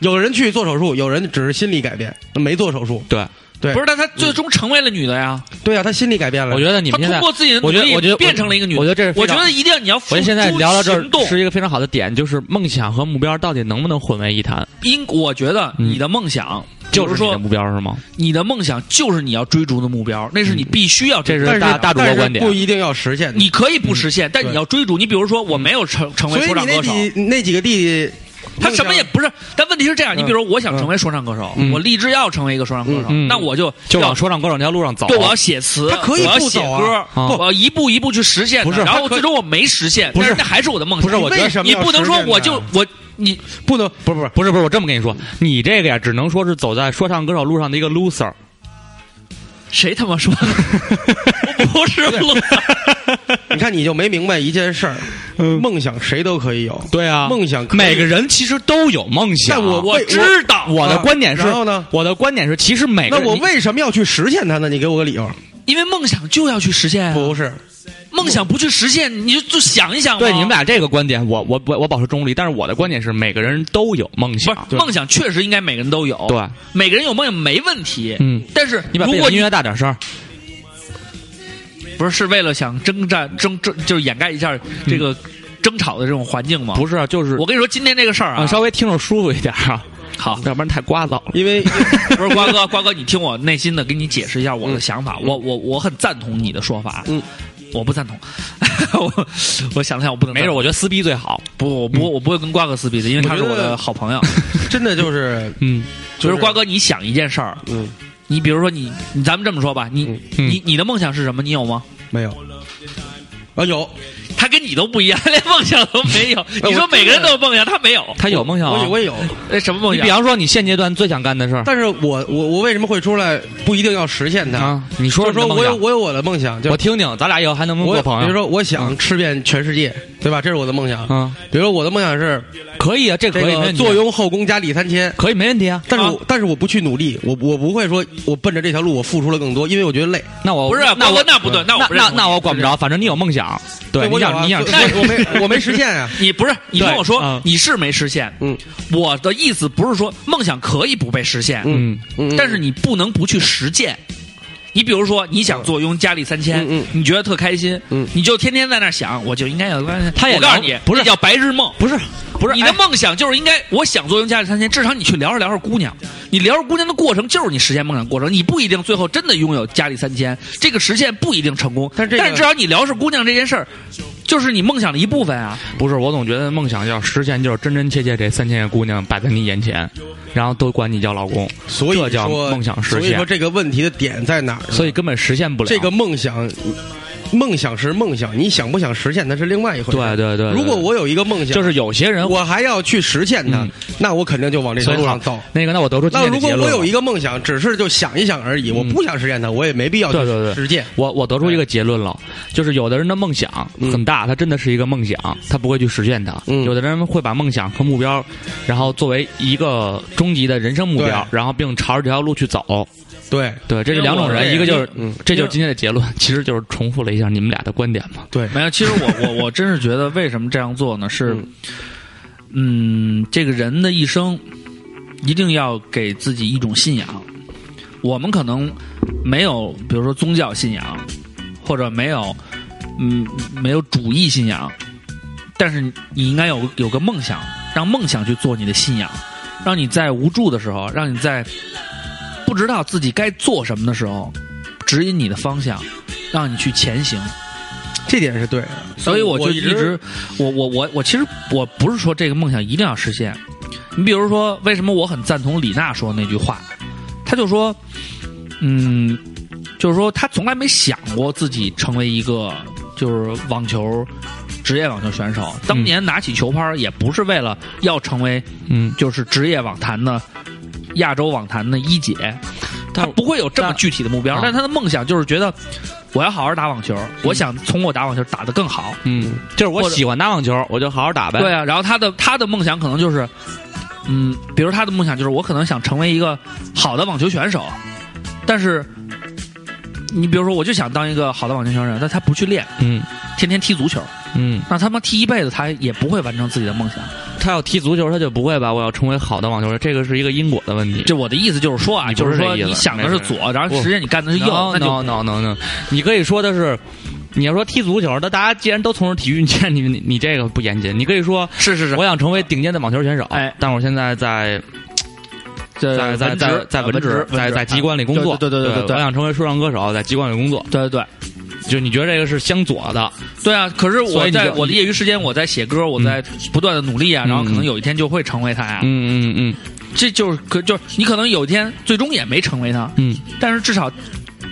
H: 有人去做手术，有人只是心理改变，没做手术。
I: 对，
H: 对，
G: 不是，但他最终成为了女的呀，
H: 对啊，他心理改变了。
I: 我觉得你
G: 他
I: 们现
G: 通
I: 在，
G: 过自己的努
I: 我觉得
G: 力
I: 我觉得
G: 变成了一个女的。
I: 我觉得这是
G: 我
I: 非常
G: 觉得一定要你要付
I: 我觉得现在
G: 出
I: 聊到这
G: 行动
I: 儿是一个非常好的点，就是梦想和目标到底能不能混为一谈？
G: 因我觉得
I: 嗯
G: 你的梦想
I: 就
G: 比
I: 是
G: 如
I: 你的
G: 说
I: 目标是吗？
G: 你的梦想就是你要追逐的目标，那是你必须要追
I: 这
G: 逐
I: 是
G: 的目标。
I: 大大主
H: 嗯但
I: 播
H: 是
I: 观点
H: 不一定要实现的。
G: 你可以不实现，但你要追逐。你比如说，我没有成成为
H: 嗯所以
G: 说唱
H: 你那
G: 歌手，
H: 几那几个弟弟，
G: 他什么也不是。但问题是这样，你比
H: 嗯
G: 如说，我想成为说唱歌手，
I: 嗯
G: 我立志要成为一个说唱歌手，
I: 嗯嗯
G: 那我就
I: 就
G: 要
I: 往说唱歌手那条路上走。
G: 对我要写词，
H: 他可以
G: 我要
H: 不
G: 写
H: 走啊
G: 歌，
I: 不
G: 我要一步一步去实现它。
H: 不是
G: 然
H: 他
G: 后
H: 可以
G: 最终我没实现，但是那还是我的梦想。
H: 不是我觉
G: 你
H: 得
G: 为
H: 什么
G: 你
H: 要
G: 不能说
H: 实现呢
G: 我就我你
H: 不能，不是不是，
I: 不是不是，我这么跟你说，你这个呀，只能说是走在说唱歌手路上的一个 loser。
G: 谁他妈 说的？我不是路人，
H: 你看你就没明白一件事儿，梦想谁都可以有，
I: 嗯对啊，
H: 梦想可以
I: 每个人其实都有梦想。
H: 但我
G: 我
H: 为
G: 知道
I: 我的观点是，
H: 啊然后呢
I: 我的观点是，其实每个
H: 那
I: 人
H: 我
I: 你
H: 为什么要去实现它呢？你给我个理由。
G: 因为梦想就要去实
I: 嗯
G: 现啊。
H: 不是，
G: 梦想不去实现，你就就想一想嘛。
H: 啊
I: 对你们俩这个观点，我我我我保持中立，但是我的观点是，每个人都有梦想。
H: 啊
G: 不是梦想，确实应该每个人都有。
I: 对，
G: 每个人有梦想没问题。
I: 嗯
G: 但是
I: 你把
G: 如
I: 背
G: 果
I: 景音乐大点声儿。
G: 不是是为了想征战争争，就是掩盖一下这个争吵的这种环境吗？
I: 嗯不是啊，就是
G: 我跟你说今天这个事儿啊，
I: 啊，稍微听着舒服一点啊。
G: 好，
I: 要不然太聒噪了。
H: 因为
G: 不是瓜哥， 瓜哥，你听我内心的给你解释一下我的想
I: 嗯
G: 法，我我我很赞同你的说法，嗯，我不赞同， 我我想了想，我不能，
I: 没事，我觉嗯得撕逼最好。
G: 不，我不我不会跟瓜哥撕逼的，因为他是我的好朋友，
H: 真的就是，
I: 嗯，
G: 就是瓜哥，你想一件事儿，啊
H: 嗯，
G: 你比如说你，你咱们这么说吧，你、
I: 嗯
G: 你你的梦想是什么？你有吗？
H: 没有啊，有
G: 他跟你都不一样， 连梦想都没有。
H: 我
G: 你说每个人都有梦想，他没有。
I: 他有梦想
H: 我
I: 啊
H: 有，我也有，
G: 那什么梦
I: 你
G: 想
I: 比？方说你现阶段最想干的事儿
H: 但是我我我为什么会出来？不一定要实现它。
I: 啊，你说
H: 就是
I: 说
H: 说
I: 你的梦
H: 我有
I: 想，
H: 我有我的梦想，就
I: 我听听，咱俩以后还能不能
H: 我
I: 做朋友？
H: 比如说我想吃遍全世界，对吧？这是我的梦想。
I: 啊，
H: 比如说我的梦想是
I: 可以啊，这可
H: 这
I: 以，没
H: 个
I: 问题
H: 坐拥后宫佳丽三千，
I: 可以没问题啊。
H: 但是
I: 啊
H: 我、但是我不去努力，我我不会说我奔着这条路我付出了更多，因为我觉得累。
I: 那我
G: 不是
I: 那
G: 瓜
I: 我
G: 哥那不对
I: 那
G: 那我不认
I: 那
G: 同
I: 那
G: 你
I: 我管不着，反正你有梦想，对，你
H: 我
I: 想
H: 啊
I: 你想吃
H: 所以我没我没实现啊。
G: 你不是你
I: 对
G: 听我说、
I: 嗯
G: 你是没实现。
H: 嗯，
G: 我的意思不是说梦想可以不被实现，
I: 嗯
H: 嗯
G: 但是你不能不去实践。你比如说，你想坐拥佳丽三千，
H: 嗯嗯
G: 你觉得特开心，
H: 嗯
G: 你就天天在那儿想，我就应该有。
I: 他也
G: 我告诉
I: 聊
G: 你，
I: 不是
G: 这叫白日梦，
I: 不是不是
G: 你的
I: 哎
G: 梦想就是应该，我想坐拥家里三千，至少你去聊着聊着姑娘，你聊着姑娘的过程就是你实现梦想的过程，你不一定最后真的拥有家里三千，这个实现不一定成功，
H: 但
G: 但
H: 是这个
G: 至少你聊是姑娘这件事儿，就是你梦想的一部分啊。
I: 不是，我总觉得梦想要实现，就是真真切切这三千个姑娘摆在你眼前，然后都管你叫老公，
H: 所以
I: 这叫
H: 说
I: 梦想实
H: 所以说
I: 现。
H: 这个问题的点在哪儿呢？
I: 所以根本实现不了
H: 这个梦想，梦想是梦想，你想不想实现它是另外一回事。
I: 对对对对
H: 如果我有一个梦想，
I: 就是有些人
H: 我还要去实现它，
I: 嗯
H: 那我肯定就往这条
I: 所以
H: 路
I: 好
H: 上走。
I: 那个，那我得出今
H: 那
I: 天
H: 如
I: 的
H: 果
I: 结论
H: 我有
I: 了
H: 一个梦想，只是就想一想而已，我不想实现它，我也没必要去
I: 对对对
H: 实践。
I: 我我得出一个结论了，就是有的人的梦想很大，他真的是一个梦想，他不会去实现它。
H: 嗯
I: 有的人会把梦想和目标，然后作为一个终极的人生目标，然后并朝着这条路去走。
H: 对
I: 对，这是两种
H: 因为我
I: 人，
H: 这
I: 一个就是，
H: 嗯
I: 这就是今天的结论，其实就是重复了一下你们俩的观点嘛。
H: 对，
G: 没有，其实我我我真是觉得为什么这样做呢？是，嗯，这个人的一生一定要给自己一种信仰。我们可能没有，比如说宗教信仰，或者没有，嗯，没有主义信仰，但是你应该有有个梦想，让梦想去做你的信仰，让你在无助的时候，让你在不知道自己该做什么的时候，指引你的方向，让你去前行。
H: 这点是对的。
G: 所以我就
H: 我
G: 一
H: 一直
G: 直，我我我我其实我不是说这个梦想一定要实现。你比如说，为什么我很赞同李娜说那句话？她就说，嗯，就是说她从来没想过自己成为一个就是网球职业网球选手。当年拿起球拍儿也不是为了要成为
I: 嗯，
G: 就是职业网坛的亚洲网坛的一姐，他
I: 但
G: 不会有这么具体的目标但
I: 但，
G: 他的梦想就是觉得我要好好打网球，我想通过打网球打得更好。
I: 嗯，就是我
G: 或者
I: 喜欢打网球，我就好好打呗。
G: 对啊，然后他的他的梦想可能就是，嗯，比如他的梦想就是我可能想成为一个好的网球选手，但是你比如说我就想当一个好的网球选手，但他不去练，
I: 嗯
G: 天天踢足球，
I: 嗯，
G: 那他妈踢一辈子他也不会完成自己的梦想。
I: 他要踢足球，他就不会吧？我要成为好的网球员，这个是一个因果的问题。
G: 这我的意思就是说啊，
I: 你不
G: 就是是说
I: 这意思
G: 你想的是左，然后
I: 不
G: 实际你干的是右，
I: no
G: 那就
I: no no no no，你可以说的是，你要说踢足球，那大家既然都从事体育，你你你你这个不严谨，你可以说
G: 是是是
I: 我想成为顶尖的网球选手，
G: 哎
I: 但我现在在在
G: 在
I: 在在在
G: 文
I: 职
G: 职，
I: 在在机关里工作，
G: 对对对对
I: 我
G: 对
I: 想成为说唱歌手，在机关里工作，
G: 对对对
I: 就你觉得这个是相左的，
G: 对啊！可是我
I: 所以你就嗯
G: 在我的业余时间，我在写歌，我在不断的努力啊，然后可能有一天就会成为他呀。
I: 嗯嗯嗯
G: 这就是可就是你可能有一天最终也没成为他，
I: 嗯
G: 但是至少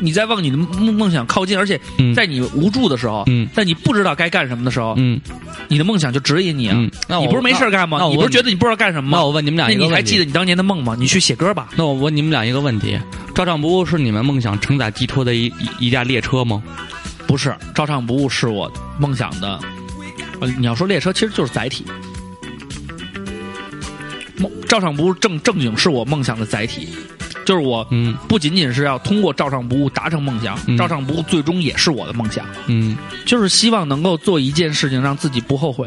G: 你在往你的梦梦想靠近，而且
I: 嗯
G: 在你无助的时候，
I: 嗯
G: 在你不知道该干什么的时候，
I: 嗯
G: 你的梦想就指引你啊。
I: 嗯，那我
G: 你不是没事儿干吗
I: 那？我
G: 你不是
I: 问
G: 觉得你不知道干什么吗？
I: 那我问你们俩
G: 那
I: 一个问
G: 你
I: 题，
G: 还记得你当年的梦吗？你去写歌吧。
I: 那我问你们俩一个问题：照常不误是你们梦想承载寄托的一一一架列车吗？
G: 不是，照唱不误是我梦想的。呃，你要说列车，其实就是载体。梦照唱不误正正经是我梦想的载体，就是我
I: 嗯
G: 不仅仅是要通过照常不误达成梦想，
I: 嗯
G: 照常不误最终也是我的梦想。
I: 嗯
G: 就是希望能够做一件事情，让自己不后悔，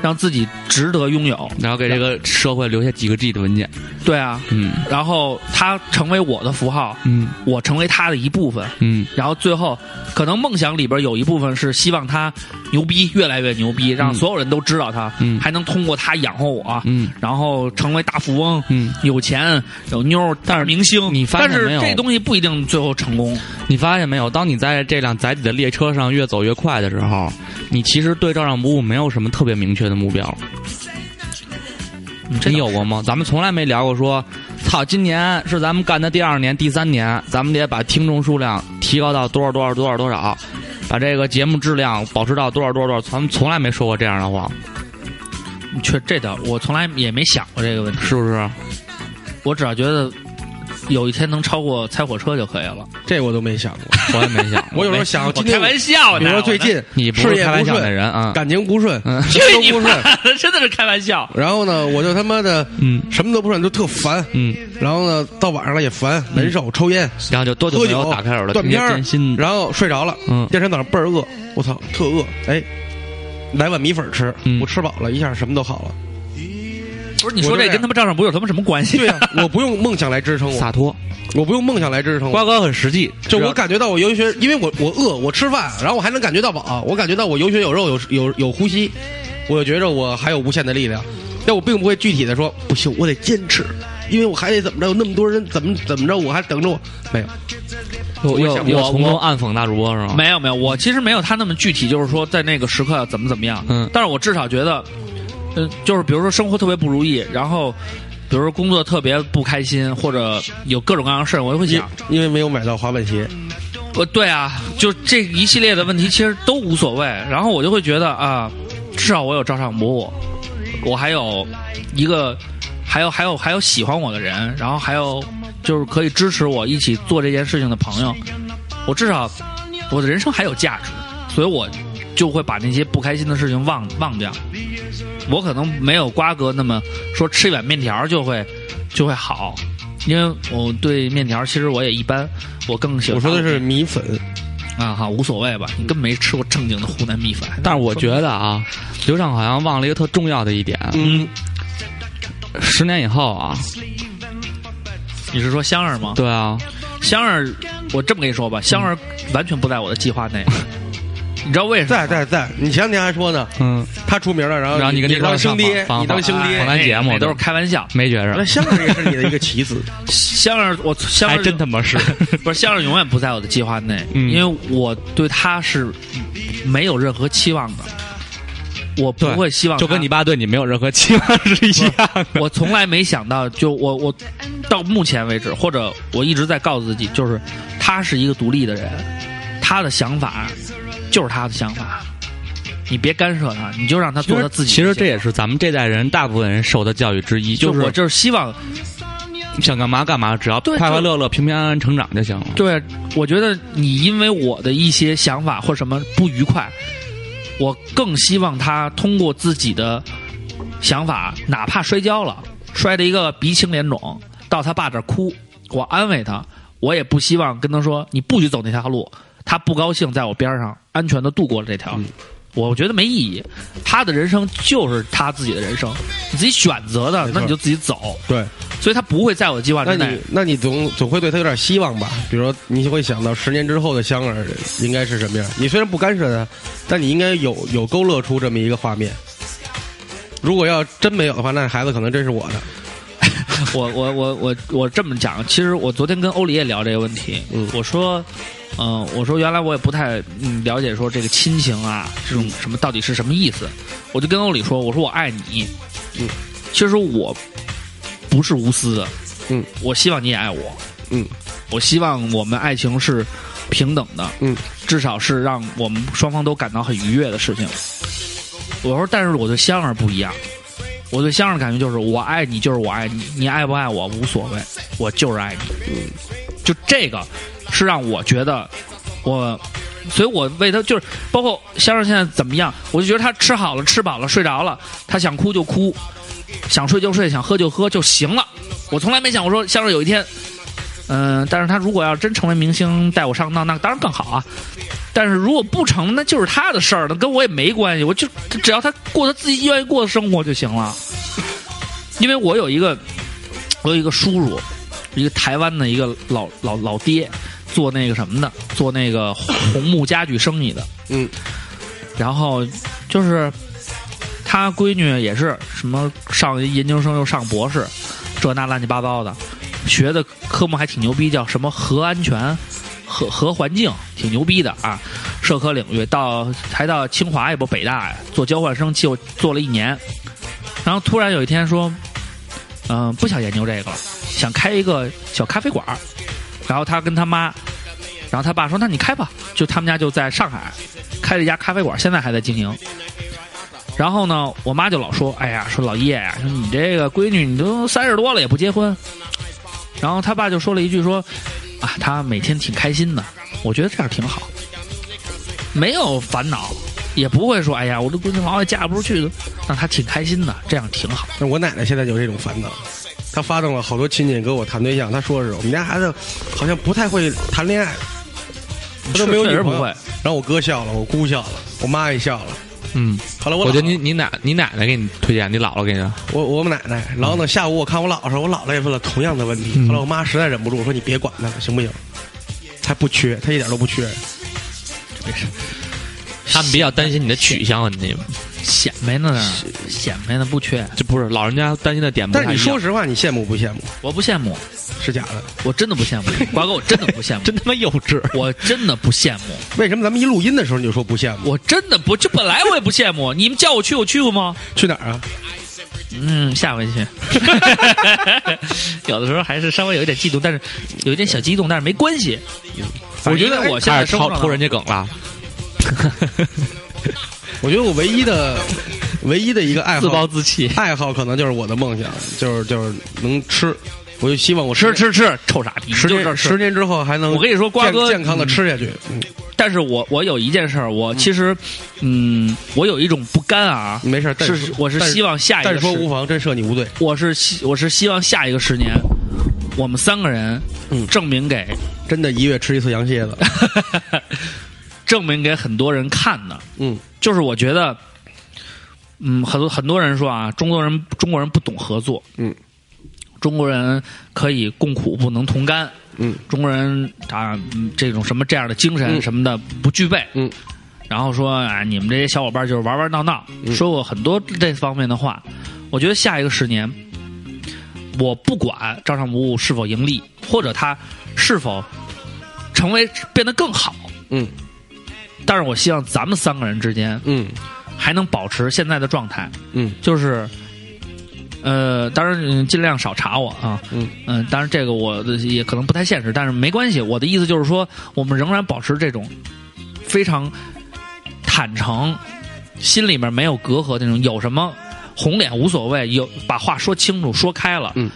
G: 让自己值得拥有。
I: 然后给这个社会留下几个 G 的文件，
G: 对啊，
I: 嗯
G: 然后他成为我的符号，
I: 嗯
G: 我成为他的一部分。
I: 嗯
G: 然后最后，可能梦想里边有一部分是希望他牛逼，越来越牛逼，让所有人都知道他，
I: 嗯
G: 还能通过他养活我，
I: 嗯
G: 然后成为大富翁，
I: 嗯，
G: 有钱有妞儿，但是明星，
I: 你发现
G: 但是
I: 没有
G: 这东西不一定最后成功，
I: 你发现没有？当你在这辆载体的列车上越走越快的时候，你其实对照上不误没有什么特别明确的目标。
H: 嗯
I: 你有过吗？咱们从来没聊过说，操，今年是咱们干的第二年、第三年，咱们得把听众数量提高到多少多少多少多少，把这个节目质量保持到多少多少多少，咱们从来没说过这样的话，
G: 确这倒我从来也没想过这个问题，
I: 是不是？
G: 我只要觉得有一天能超过猜火车就可以了。
H: 这我都没想过。
I: 我也没想 过。
H: 我有时候想，
G: 我
H: 今天
G: 开玩笑呢
H: 比如说最近
G: 我
I: 你不
H: 事
I: 是
H: 业
I: 开玩
H: 不
I: 笑的
H: 顺，
I: 人啊？
H: 感情不顺，
G: 去
H: 心
G: 你
H: 都不
G: 妈
H: 顺。
G: 的！ 真的是开玩笑。
H: 然后呢，我就他妈的，
I: 嗯，
H: 什么都不顺，就特烦，
I: 嗯。
H: 然后呢，到晚上了也烦，难受，抽烟，
I: 然后就多久
H: 喝
I: 嗯没有
H: 酒，
I: 打开耳朵
H: 断
I: 听些
H: 片儿
I: 艰辛，的？
H: 然后睡着了。
I: 嗯
H: 第二天早上倍儿饿，我操，特饿，哎，来碗米粉吃，
I: 嗯
H: 我吃饱了，一下什么都好 了。
G: 不是你说
H: 我这
G: 这
H: 样
G: 跟他们账上不有他妈什么关系？
H: 对呀、我不用梦想来支撑我，
I: 洒脱。
H: 我不用梦想来支撑
I: 瓜
H: 我。
I: 哥很实际，
H: 就
I: 知道
H: 我感觉到我有血，因为我我饿，我吃饭，然后我还能感觉到饱，我感觉到我有血有肉，有有有呼吸，我就觉着我还有无限的力量。但我并不会具体的说不行，我得坚持，因为我还得怎么着，有那么多人怎么怎么着，我还等着我。没有，
I: 又
H: 我
I: 又
H: 想
I: 又
H: 我
I: 从中暗讽大主播是吗？
G: 没有没有，我其实没有他那么具体，就是说在那个时刻要怎么怎么样。
I: 嗯
G: 但是我至少觉得，嗯，就是比如说生活特别不如意，然后比如说工作特别不开心，或者有各种各样的事儿，我就会
H: 因
G: 想，
H: 因为没有买到滑板鞋，
G: 呃，对啊，就这一系列的问题其实都无所谓。然后我就会觉得啊，至少我有照常不误，我还有一个，还有还有还有喜欢我的人，然后还有就是可以支持我一起做这件事情的朋友，我至少我的人生还有价值，所以我就会把那些不开心的事情忘忘掉。我可能没有瓜哥那么说吃一碗面条就会就会好。因为我对面条其实我也一般，我更喜欢
H: 我说的是米粉，
G: 啊哈，无所谓吧，你根本没吃过正经的湖南米粉。
I: 但是我觉得啊，刘畅好像忘了一个特重要的一点，
H: 嗯，
I: 十年以后啊，
G: 你是说香儿吗？
I: 对啊，
G: 香儿，我这么跟你说吧，香儿完全不在我的计划内。 你知道为啥？
H: 在在在，你前两天还说呢，
I: 嗯，
H: 他出名了，然后
I: 然后你跟
H: 你
I: 这块
H: 当
I: 儿
H: 兄弟，
I: 上访
H: 你当兄弟，
I: 访谈节目
G: 那哎都是开玩笑。
I: 没觉
H: 那
I: 着，
H: 相声也是你的一个棋子，
G: 香儿，我香
I: 还
G: 儿
I: 真他妈是，
G: 不是香儿，永远不在我的计划内，
I: 嗯
G: 因为我对他是没有任何期望的。我不会希望
I: 就跟
G: 他
I: 你爸对你没有任何期望是一样的。
G: 我从来没想到，就我我到目前为止，或者我一直在告诉自己，就是他是一个独立的人，他的想法就是他的想法，你别干涉他，你就让他做他自己
I: 其
G: 的想法。
I: 实这也是咱们这代人大部分人受的教育之一，
G: 就我
I: 是
G: 就是希望，
I: 想干嘛干嘛，只要
G: 对
I: 快快乐乐、平平安安成长就行了。
G: 对我觉得你因为我的一些想法或什么不愉快，我更希望他通过自己的想法，哪怕摔跤了，摔的一个鼻青脸肿，到他爸这儿哭，我安慰他，我也不希望跟他说你不许走那条路，他不高兴，在我边上安全的度过了这条。
H: 嗯
G: 我觉得没意义，他的人生就是他自己的人生，你自己选择的，那你就自己走。
H: 对。
G: 所以他不会在我的计
I: 啊
G: 划
H: 那
G: 之内。
H: 你那你总总会对他有点希望吧？比如说，你会想到十年之后的香儿应该是什么样？你虽然不干涉他，但你应该有有勾勒出这么一个画面。如果要真没有的话，那孩子可能真是我的。
G: 我我我我我这么讲，其实我昨天跟欧里也聊这个问题，
H: 嗯
G: 我说，嗯、我说原来我也不太嗯了解说这个亲情啊，这
H: 嗯
G: 种什么到底是什么意思，我就跟欧里说，我说我爱你，
H: 嗯，
G: 其实我不是无私的，
H: 嗯，
G: 我希望你也爱我，
H: 嗯，
G: 我希望我们爱情是平等的，
H: 嗯，
G: 至少是让我们双方都感到很愉悦的事情。我说，但是我对香儿不一样，我对香儿的感觉就是我爱你就是我爱你，你爱不爱我无所谓，我就是爱你。就这个是让我觉得我，所以我为他就是包括香儿现在怎么样，我就觉得他吃好了吃饱了睡着了，他想哭就哭，想睡就睡，想喝就喝就行了。我从来没想过说香儿有一天嗯、但是他如果要真成为明星带我上当，那当然更好啊。但是如果不成，那就是他的事儿，那跟我也没关系。我就只要他过他自己愿意过的生活就行了。因为我有一个，我有一个叔叔，一个台湾的一个老老老爹，做那个什么的，做那个红木家具生意的。
A: 嗯，
G: 然后就是他闺女也是什么上研究生又上博士，这那乱七八糟的，学的科目还挺牛逼，叫什么核安全、核核环境，挺牛逼的啊。社科领域到还到清华也不北大呀，做交换生就做了一年，然后突然有一天说，嗯、不想研究这个了，想开一个小咖啡馆儿。然后他跟他妈，然后他爸说：“那你开吧。”就他们家就在上海开了一家咖啡馆，现在还在经营。然后呢，我妈就老说：“哎呀，说老叶呀、说你这个闺女，你都三十多了也不结婚。”然后他爸就说了一句说：“啊，她每天挺开心的，我觉得这样挺好，没有烦恼，也不会说哎呀，我这闺女老也嫁不出去的，让她挺开心的，这样挺好。”
H: 但我奶奶现在有这种烦恼，她发动了好多亲戚跟我谈对象，她说是我们家孩子好像不太会谈恋爱，他都没有
I: 是
H: 女
I: 确实
H: 朋友。
I: 不会
H: 然后我哥笑了，我姑笑了，我妈也笑了。
I: 嗯，
H: 好了，我
I: 我觉得
H: 姥
I: 你你奶你奶奶给你推荐，你姥姥给你的，
H: 我我们奶奶，然后呢，下午我看我姥姥，我姥姥也问了同样的问
G: 嗯
H: 题，后来我妈实在忍不住，我说你别管她了，行不行？她不缺，她一点都不缺。
I: 他们比较担心你的取向，你知道吗
G: 显摆呢，显摆呢，不缺，
I: 就不是老人家担心的点不太
H: 但
I: 一
H: 是
I: 样。
H: 你说实话，你羡慕不羡慕？
G: 我不羡慕，
H: 是假的。
G: 我真的不羡慕，瓜哥，我真的不羡慕，真
I: 他妈幼稚，
G: 我真的不羡慕，
H: 为什么咱们一录音的时候你就说不羡慕？
G: 我真的不，就本来我也不羡慕，你们叫我去，我去过吗？
H: 去哪儿啊？
G: 嗯，下回去。 有的时候还是稍微有一点激动，但是有一点小激动，但是没关系。
I: 反正
G: 我觉得
I: 因为
G: 我现在
I: 开始
G: 生活
I: 偷
G: 状态
I: 偷人家梗了，
H: 我觉得我唯一的、唯一的一个爱好，
I: 自暴自弃，
H: 爱好可能就是我的梦想，就是就是能吃。我就希望我吃
G: 吃吃，臭傻逼！
H: 十
G: 你就知道
H: 年
G: 吃
H: 十年之后还能
G: 我跟你说瓜
H: 健
G: 哥嗯
H: 健康的吃下去。嗯
G: 但是我我有一件事儿，我其实，嗯，我有一种不甘啊。
H: 没事，嗯但
G: 是我是
H: 但
G: 希望下一个
H: 但说
G: 是
H: 无妨，真赦你无罪。
G: 我是希我是希望下一个十年，我们三个人证明给、
H: 真的，一月吃一次羊蝎子。
G: 证明给很多人看的。
H: 嗯，
G: 就是我觉得，嗯，很多很多人说啊，中国人中国人不懂合作。
H: 嗯，
G: 中国人可以共苦不能同甘。
H: 嗯，
G: 中国人啊，嗯这种什么这样的精神
H: 嗯
G: 什么的不具备。
H: 嗯，
G: 然后说啊，你们这些小伙伴就是玩玩闹闹，
H: 嗯
G: 说过很多这方面的话。我觉得下一个十年，我不管照常不误是否盈利，或者它是否成为变得更好，
H: 嗯，
G: 但是我希望咱们三个人之间，
H: 嗯，
G: 还能保持现在的状态，
H: 嗯，
G: 就是。呃，当然嗯尽量少查我啊，
H: 嗯
G: 嗯，当然这个我的也可能不太现实，但是没关系。我的意思就是说，我们仍然保持这种非常坦诚，心里面没有隔阂那种，有什么红脸无所谓，有把话说清楚、说开了，
H: 嗯，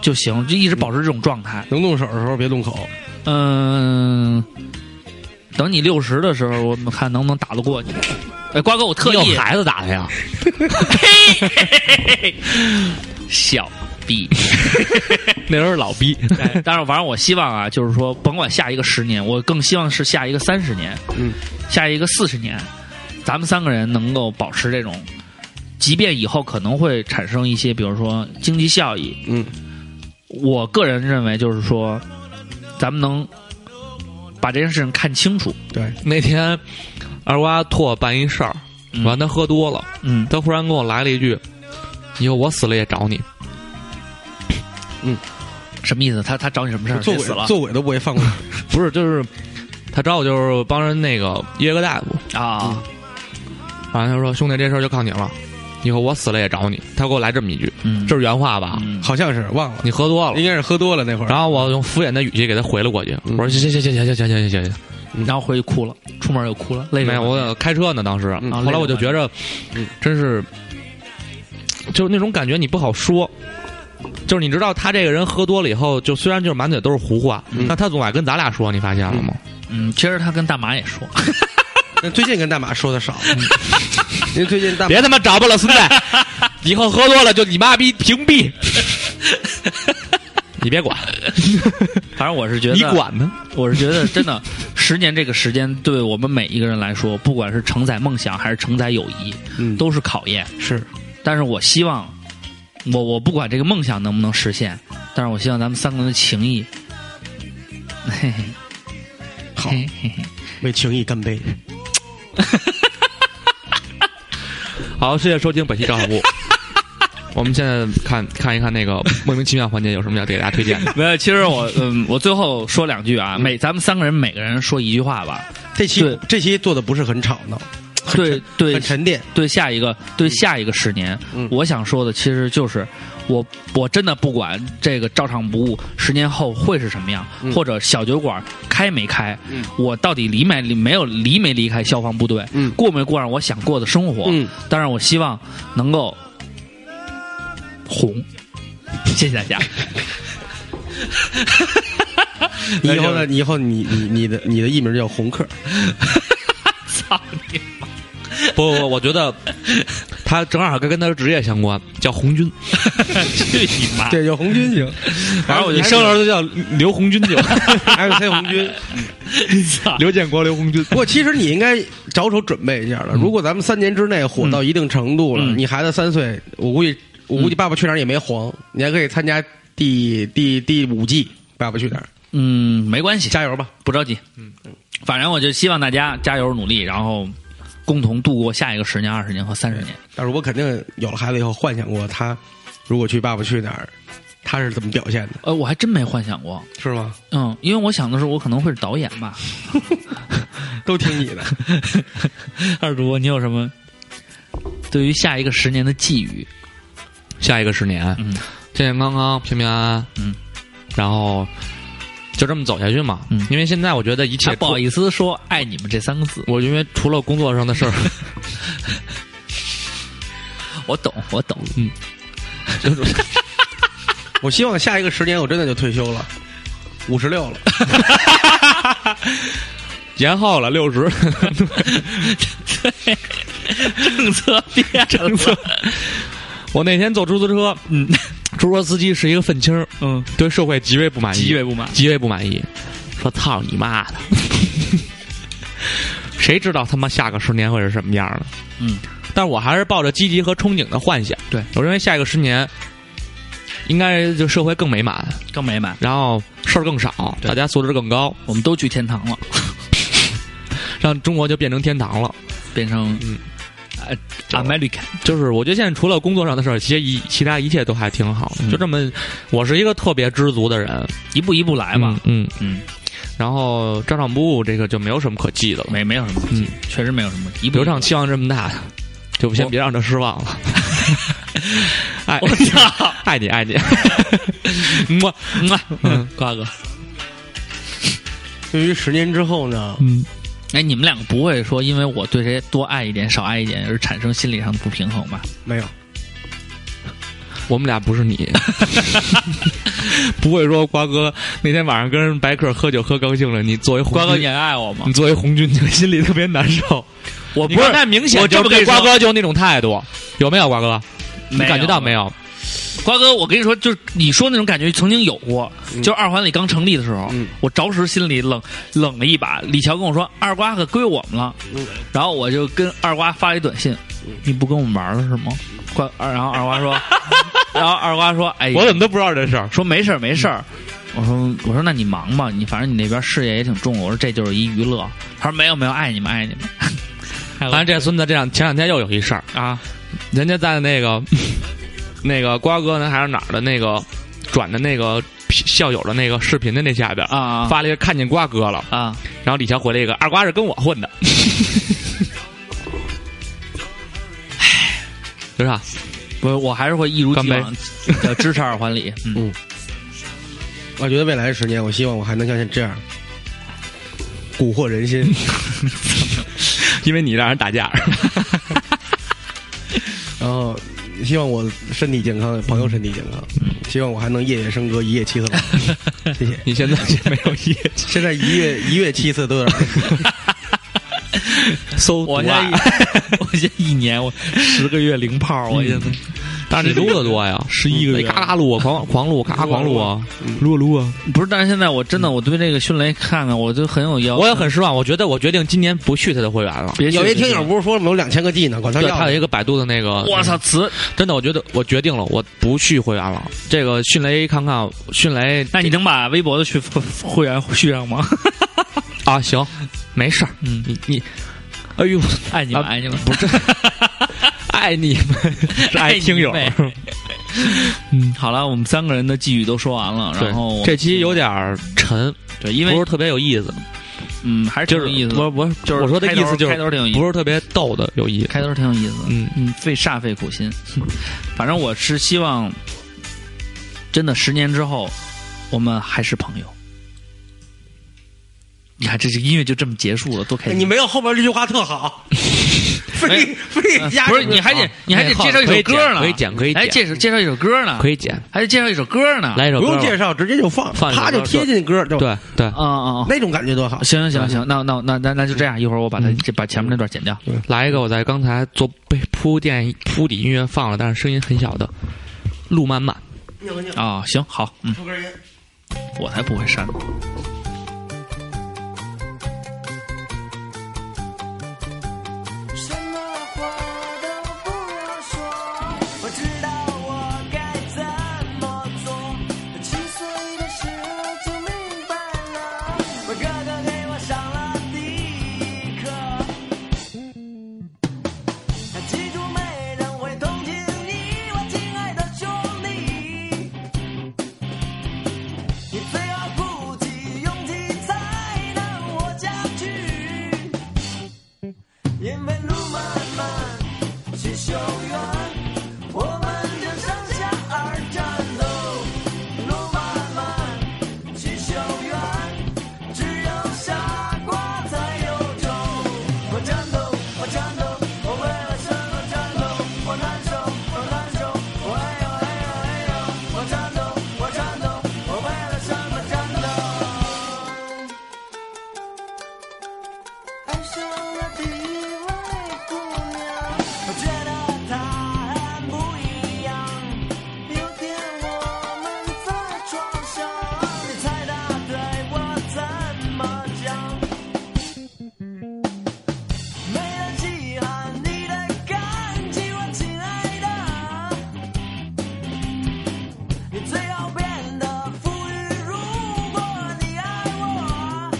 G: 就行，就一直保持这种状态。
H: 能动手的时候别动口。
G: 嗯，等你六十的时候，我们看能不能打得过你。哎，瓜哥，我特
I: 你
G: 意
I: 有孩子打他 呀？
G: 小逼，
I: 那时候是老逼，
G: 哎当然，反正我希望啊，就是说，甭管下一个十年，我更希望是下一个三十年，
H: 嗯，
G: 下一个四十年，咱们三个人能够保持这种，即便以后可能会产生一些，比如说经济效益，
H: 嗯，
G: 我个人认为就是说，咱们能把这件事情看清楚，
H: 对，
I: 那天二瓜托我办一事儿，完他喝多了，
G: 嗯，
I: 他忽然跟我来了一句：“以后我死了也找你。
G: 什么意思？他他找你什么事儿？
H: 做
G: 谁
H: 鬼
G: 死了
H: 做鬼都不会放 过。”
I: 不是，就是他找我就是帮人那个约个大夫，
G: 啊？
I: 完了他说：“兄弟，这事儿就靠你了，以后我死了也找你。”他给我来这么一句，
G: 嗯
I: 这是原话吧？
G: 嗯哎
H: 好像是忘了，
I: 你喝多了
H: 应。该是喝多了那会儿。
I: 然后我用敷衍的语气给他回了过去，
G: 嗯
I: 我说：“行行行行行行行行行行，
G: 然后回去哭了，出门又哭了，累着
I: 没有，
G: 呢
I: 我开车呢，当时。
H: 嗯
I: 后来我就觉着，真是，就是那种感觉你不好说。就是你知道他这个人喝多了以后，就虽然就是满嘴都是胡话，但他总爱跟咱俩说，你发现了吗？
G: 嗯，其实他跟大马也说，
H: 但最近跟大马说的 少，因为最近大马
I: 别他妈找 不了孙子，以后喝多了就你妈逼屏蔽。你别 管，
G: 反正我是觉得
I: 你管呢。
G: 我是觉得真的，十年这个时间对我们每一个人来说，不管是承载梦想还是承载友谊，
I: 嗯
G: 都是考验。
H: 是，
G: 但是我希望，我我不管这个梦想能不能实现，但是我希望咱们三个人的情谊，嘿嘿，
H: 好，为情谊干杯。
I: 好，谢谢收听本期照 相部。我们现在看看一看那个莫名其妙环节有什么要给大家推荐的。
G: 没有，其实我嗯，我最后说两句啊，每咱们三个人每个人说一句话吧。
H: 这期这期做的不是很吵闹，
G: 对对，
H: 很沉淀。
G: 对下一个，对下一个十年，我想说的其实就是，我我真的不管这个照常不误，十年后会是什么样，
M: 嗯
G: 或者小酒馆开没开，
M: 嗯
G: 我到底离没离没有离没离开消防部队，
M: 嗯
G: 过没过上我想过的生活，
M: 嗯
G: 当然我希望能够红。谢谢大家。
H: 以后呢？以后你你你的你的艺名叫红客，
G: 操你！
I: 不不不，我觉得他正好跟跟他的职业相关，叫红军。
G: 去你妈！
H: 对，叫红军行。
I: 啊反哎正我就生儿子叫刘红军就
H: ，MC 红军，
I: 刘建国、刘红军。
H: 不过其实你应该着手准备一下了。如果咱们三年之内火到一定程度了，你孩子三岁，我估计我估计《爸爸去哪儿》也没黄，你还可以参加第第第五季《爸爸去哪儿》。
G: 嗯，没关系，
H: 加油吧，
G: 不着急。嗯，反正我就希望大家加油努力，然后共同度过下一个十年、二十年和三十年。
H: 但是我肯定有了孩子以后幻想过他如果去《爸爸去哪儿》，他是怎么表现的，
G: 呃，我还真没幻想过，
H: 是吗？
G: 嗯，因为我想的是我可能会是导演 吧。
H: 都听你的，
G: 二主播，你有什么对于下一个十年的寄语？
I: 下一个十年，
G: 嗯，
I: 健健康康、平平安安，
G: 嗯，
I: 然后就这么走下去嘛。嗯，因为现在我觉得一 切
G: 他不好意思说“爱你们”这三个字，
I: 我因为除了工作上的事儿，
G: 我懂，我懂。
I: 嗯，
H: 我希望下一个十年我真的就退休了，五十六了。
I: 延后了六十，
G: 政策变了， 政策。
I: 我那天坐出租车，
G: 嗯，
I: 出租车司机是一个愤青，
G: 嗯，
I: 对社会极为不满意，
G: 极为不满
I: 极为不满意，说操你妈的，谁知道他妈下个十年会是什么样呢？
G: 嗯，
I: 但我还是抱着积极和憧憬的幻想，
G: 对
I: 我认为下一个十年应该就社会更美满，
G: 更美满，
I: 然后事儿更少，大家素质更高，
G: 我们都去天堂了，
I: 让中国就变成天堂了。
G: 变成
I: 嗯
G: 呃 American。
I: 就是我觉得现在除了工作上的事儿，其实一其他一切都还挺好
G: 嗯
I: 的。就这么，我是一个特别知足的人，
G: 一步一步来嘛。
I: 嗯
G: 嗯，
I: 然后照常不误，这个就没有什么可记的了。
G: 没没有什么可记，确实没有什么。一步
I: 刘畅期望这么大，就先别让他失望了。爱
G: 我操，
I: 爱你爱你，么么，嗯，
G: 瓜哥，
H: 对于十年之后呢，
I: 嗯，
G: 哎，你们两个不会说因为我对谁多爱一点、少爱一点而产生心理上的不平衡吧？
H: 没有，
I: 我们俩不是 你，不会说瓜哥那天晚上跟白客喝酒喝高兴了，你作为红
G: 瓜哥，你
I: 军
G: 还爱我吗
I: 你？作为红军，你心里特别难受。
G: 我
I: 你
G: 不是
I: 刚才明显
G: 我这
I: 就
G: 么跟
I: 对
G: 你
I: 瓜
G: 说
I: 哥就是那种态度，有没有瓜哥？你
G: 没有
I: 感觉到没有？
G: 瓜哥，我跟你说，就是你说那种感觉曾经有过，就是二环里刚成立的时候，我着实心里冷冷了一把。李乔跟我说二瓜可归我们了，然后我就跟二瓜发了一短信，你不跟我们玩了是吗？瓜，然后二瓜说，然后二瓜说，哎，
I: 我怎么都不知道这事儿。
G: 说没事儿没事儿。我说我说那你忙吧，你反正你那边事业也挺重。我说这就是一娱乐。他说没有没有，爱你们爱你们。
I: 反正这孙子这两前两天又有一事儿
G: 啊，
I: 人家在那 个那个瓜哥呢还是哪儿的那个转的那个校友的那个视频的那下边
G: 啊
I: 发了一个看见瓜哥了
G: 啊，
I: 然后李乔回了一个二瓜是跟我 混的，刘畅，
G: 我我还是会一如既
I: 干杯
G: 往的支持二环里。嗯，
H: 我觉得未来十年，我希望我还能像现这样蛊惑人心。
I: 因为你让人 打架，
H: 然后希望我身体健康，朋友身体健康，希望我还能夜夜笙歌，一夜七次郎。谢谢。
I: 你现在就没有业绩，
H: 现在一月一月七次都有点
I: 搜
G: 啊我现在我现在一年我十个月零泡，我现在。
I: 但是你撸的嗯多呀，
G: 十一个
I: 得
G: 月
I: 嘎嘎撸 啊，狂狂撸，嘎嘎狂撸啊，
G: 撸啊撸啊！不是，但是现在我真的我对这个迅雷看看，我就很有要求。
I: 我也很失望。我觉得我决定今年不续他的会员了。
G: 别续有一听友
H: 不是说有两千个 G 呢，管他
I: 对，
H: 要
I: 他有一个百度的那个，嗯
G: 我操词！
I: 真的，我觉得我决定了，我不续会员了。这个迅雷看看，迅雷，
G: 那你能把微博的续会员续上吗？
I: 啊，行，没事儿，嗯，你你，哎 呦，
G: 爱你们，爱你们，不
I: 是，爱你们，
G: 是
I: 爱听友。
G: 嗯，好了，我们三个人的寄语都说完了，
I: 对
G: 然后
I: 这期有点儿沉，
G: 对，因为
I: 不是特别有意思。
G: 嗯，还是挺
I: 就
G: 有
I: 是
G: 意思的。
I: 我我
G: 就是
I: 我说的意思就是
G: 开头挺有意思，
I: 不是特别逗的有意思。
G: 开头挺有意思的。
I: 嗯
G: 嗯，费煞费苦心， 反正我是希望，真的十年之后，我们还是朋友。你看，这这音乐就这么结束了，多开心！
H: 你没有后边这句话特好， 非非得加
G: 不是，你还得你还得介绍一首歌呢，
I: 啊哎可以剪可以剪可
G: 哎，
I: 以剪
G: 介绍介绍一首歌呢，
I: 可以剪，
G: 还得介绍一首歌呢，
I: 来一首歌吧
H: 绍，直接就放
I: 放一首歌
H: 歌就
I: 对对，
G: 啊啊！啊
H: 那种感觉多好
G: 行行行行，那那那那那就这样，一会儿我把
I: 嗯
G: 它这把前面那段剪掉。
I: 来一个我在刚才做被铺垫铺底音乐放了，但是声音很小的路漫漫。
G: 啊、行好，嗯，我才不会删呢。
L: 什么话都不要说，我知道我该怎么做。七岁的时候就明白了，我哥哥给我上了第一课。他记住没人会同情你，我亲爱的兄弟。你最好鼓起勇气才能活下去，因为路漫漫是修远，我们就上下而战斗。路漫漫是修远，只有傻瓜才有种。我战斗，我战斗，我为了什么战斗？我难受，我难受，我哎呦哎呦哎呦！我战斗，我战斗，我为了什么战斗？爱上了第一位姑娘，我觉得她很不一样。有天我们在床上，你猜她对我怎么讲？没人稀罕你的感情，我亲爱的，你最好变得富裕。如果你爱我。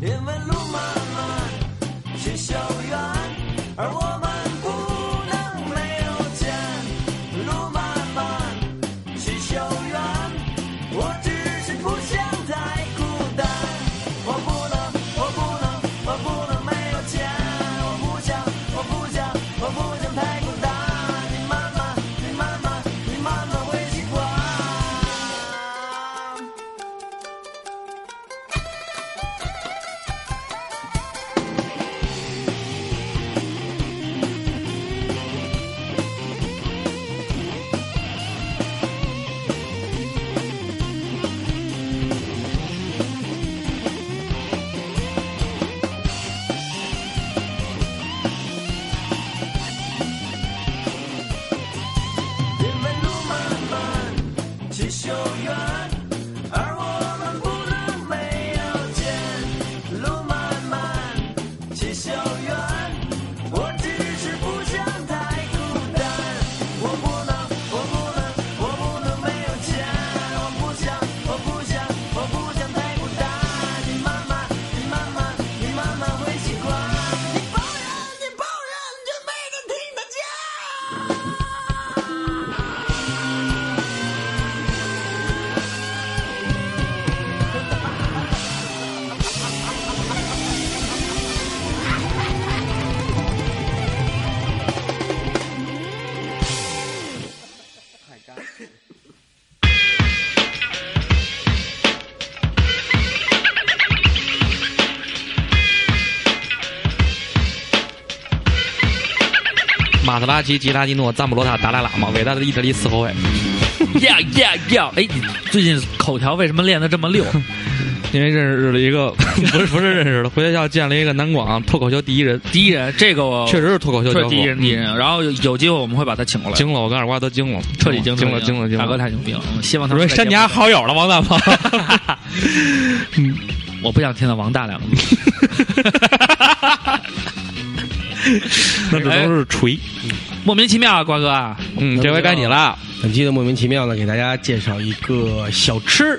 L: 因为路漫漫是修远，而我们不能没有钱。路漫漫是修远，我只是不想太孤单。我不能，我不能，我不能没有钱。我不想，我不想，我不想太孤单。你慢慢，你慢慢，你慢慢会习惯。因为路漫漫是修远，而我们不能没有钱。路漫漫是修远，我只是不想太孤单。我不能，我不能，我不能没有钱。我不想，我不想，我不想太孤单。你慢慢，你慢慢，你慢慢会习惯。你抱怨，你抱怨，却没人听得见。
I: 马特拉齐、吉拉基诺、赞布罗塔、达赖喇嘛，伟大的意大利四后卫。
G: 呀呀呀！哎，你最近口条为什么练得这么溜？
I: 因为认识了一个， 不是不是认识了，回学校见了一个南广脱口秀第一人，
G: 第一人哦这个我
I: 确实是脱口秀
G: 确
I: 教
G: 实
I: 父，
G: 第一人第一人。然后有有机会我们会把他请过来，
I: 惊了，我跟二瓜都惊了，
G: 彻底惊
I: 嗯惊了，惊了，惊了，
G: 大哥太牛逼了，我希望他
I: 你说
G: 们
I: 删你家好友了，王大鹏，
G: 嗯，我不想听到王大两个字。
I: 那只能是锤。
G: 莫名其妙啊，瓜哥啊，
I: 哎嗯
G: 这回该你
I: 了。
H: 本期的莫名其妙呢，给大家介绍一个小吃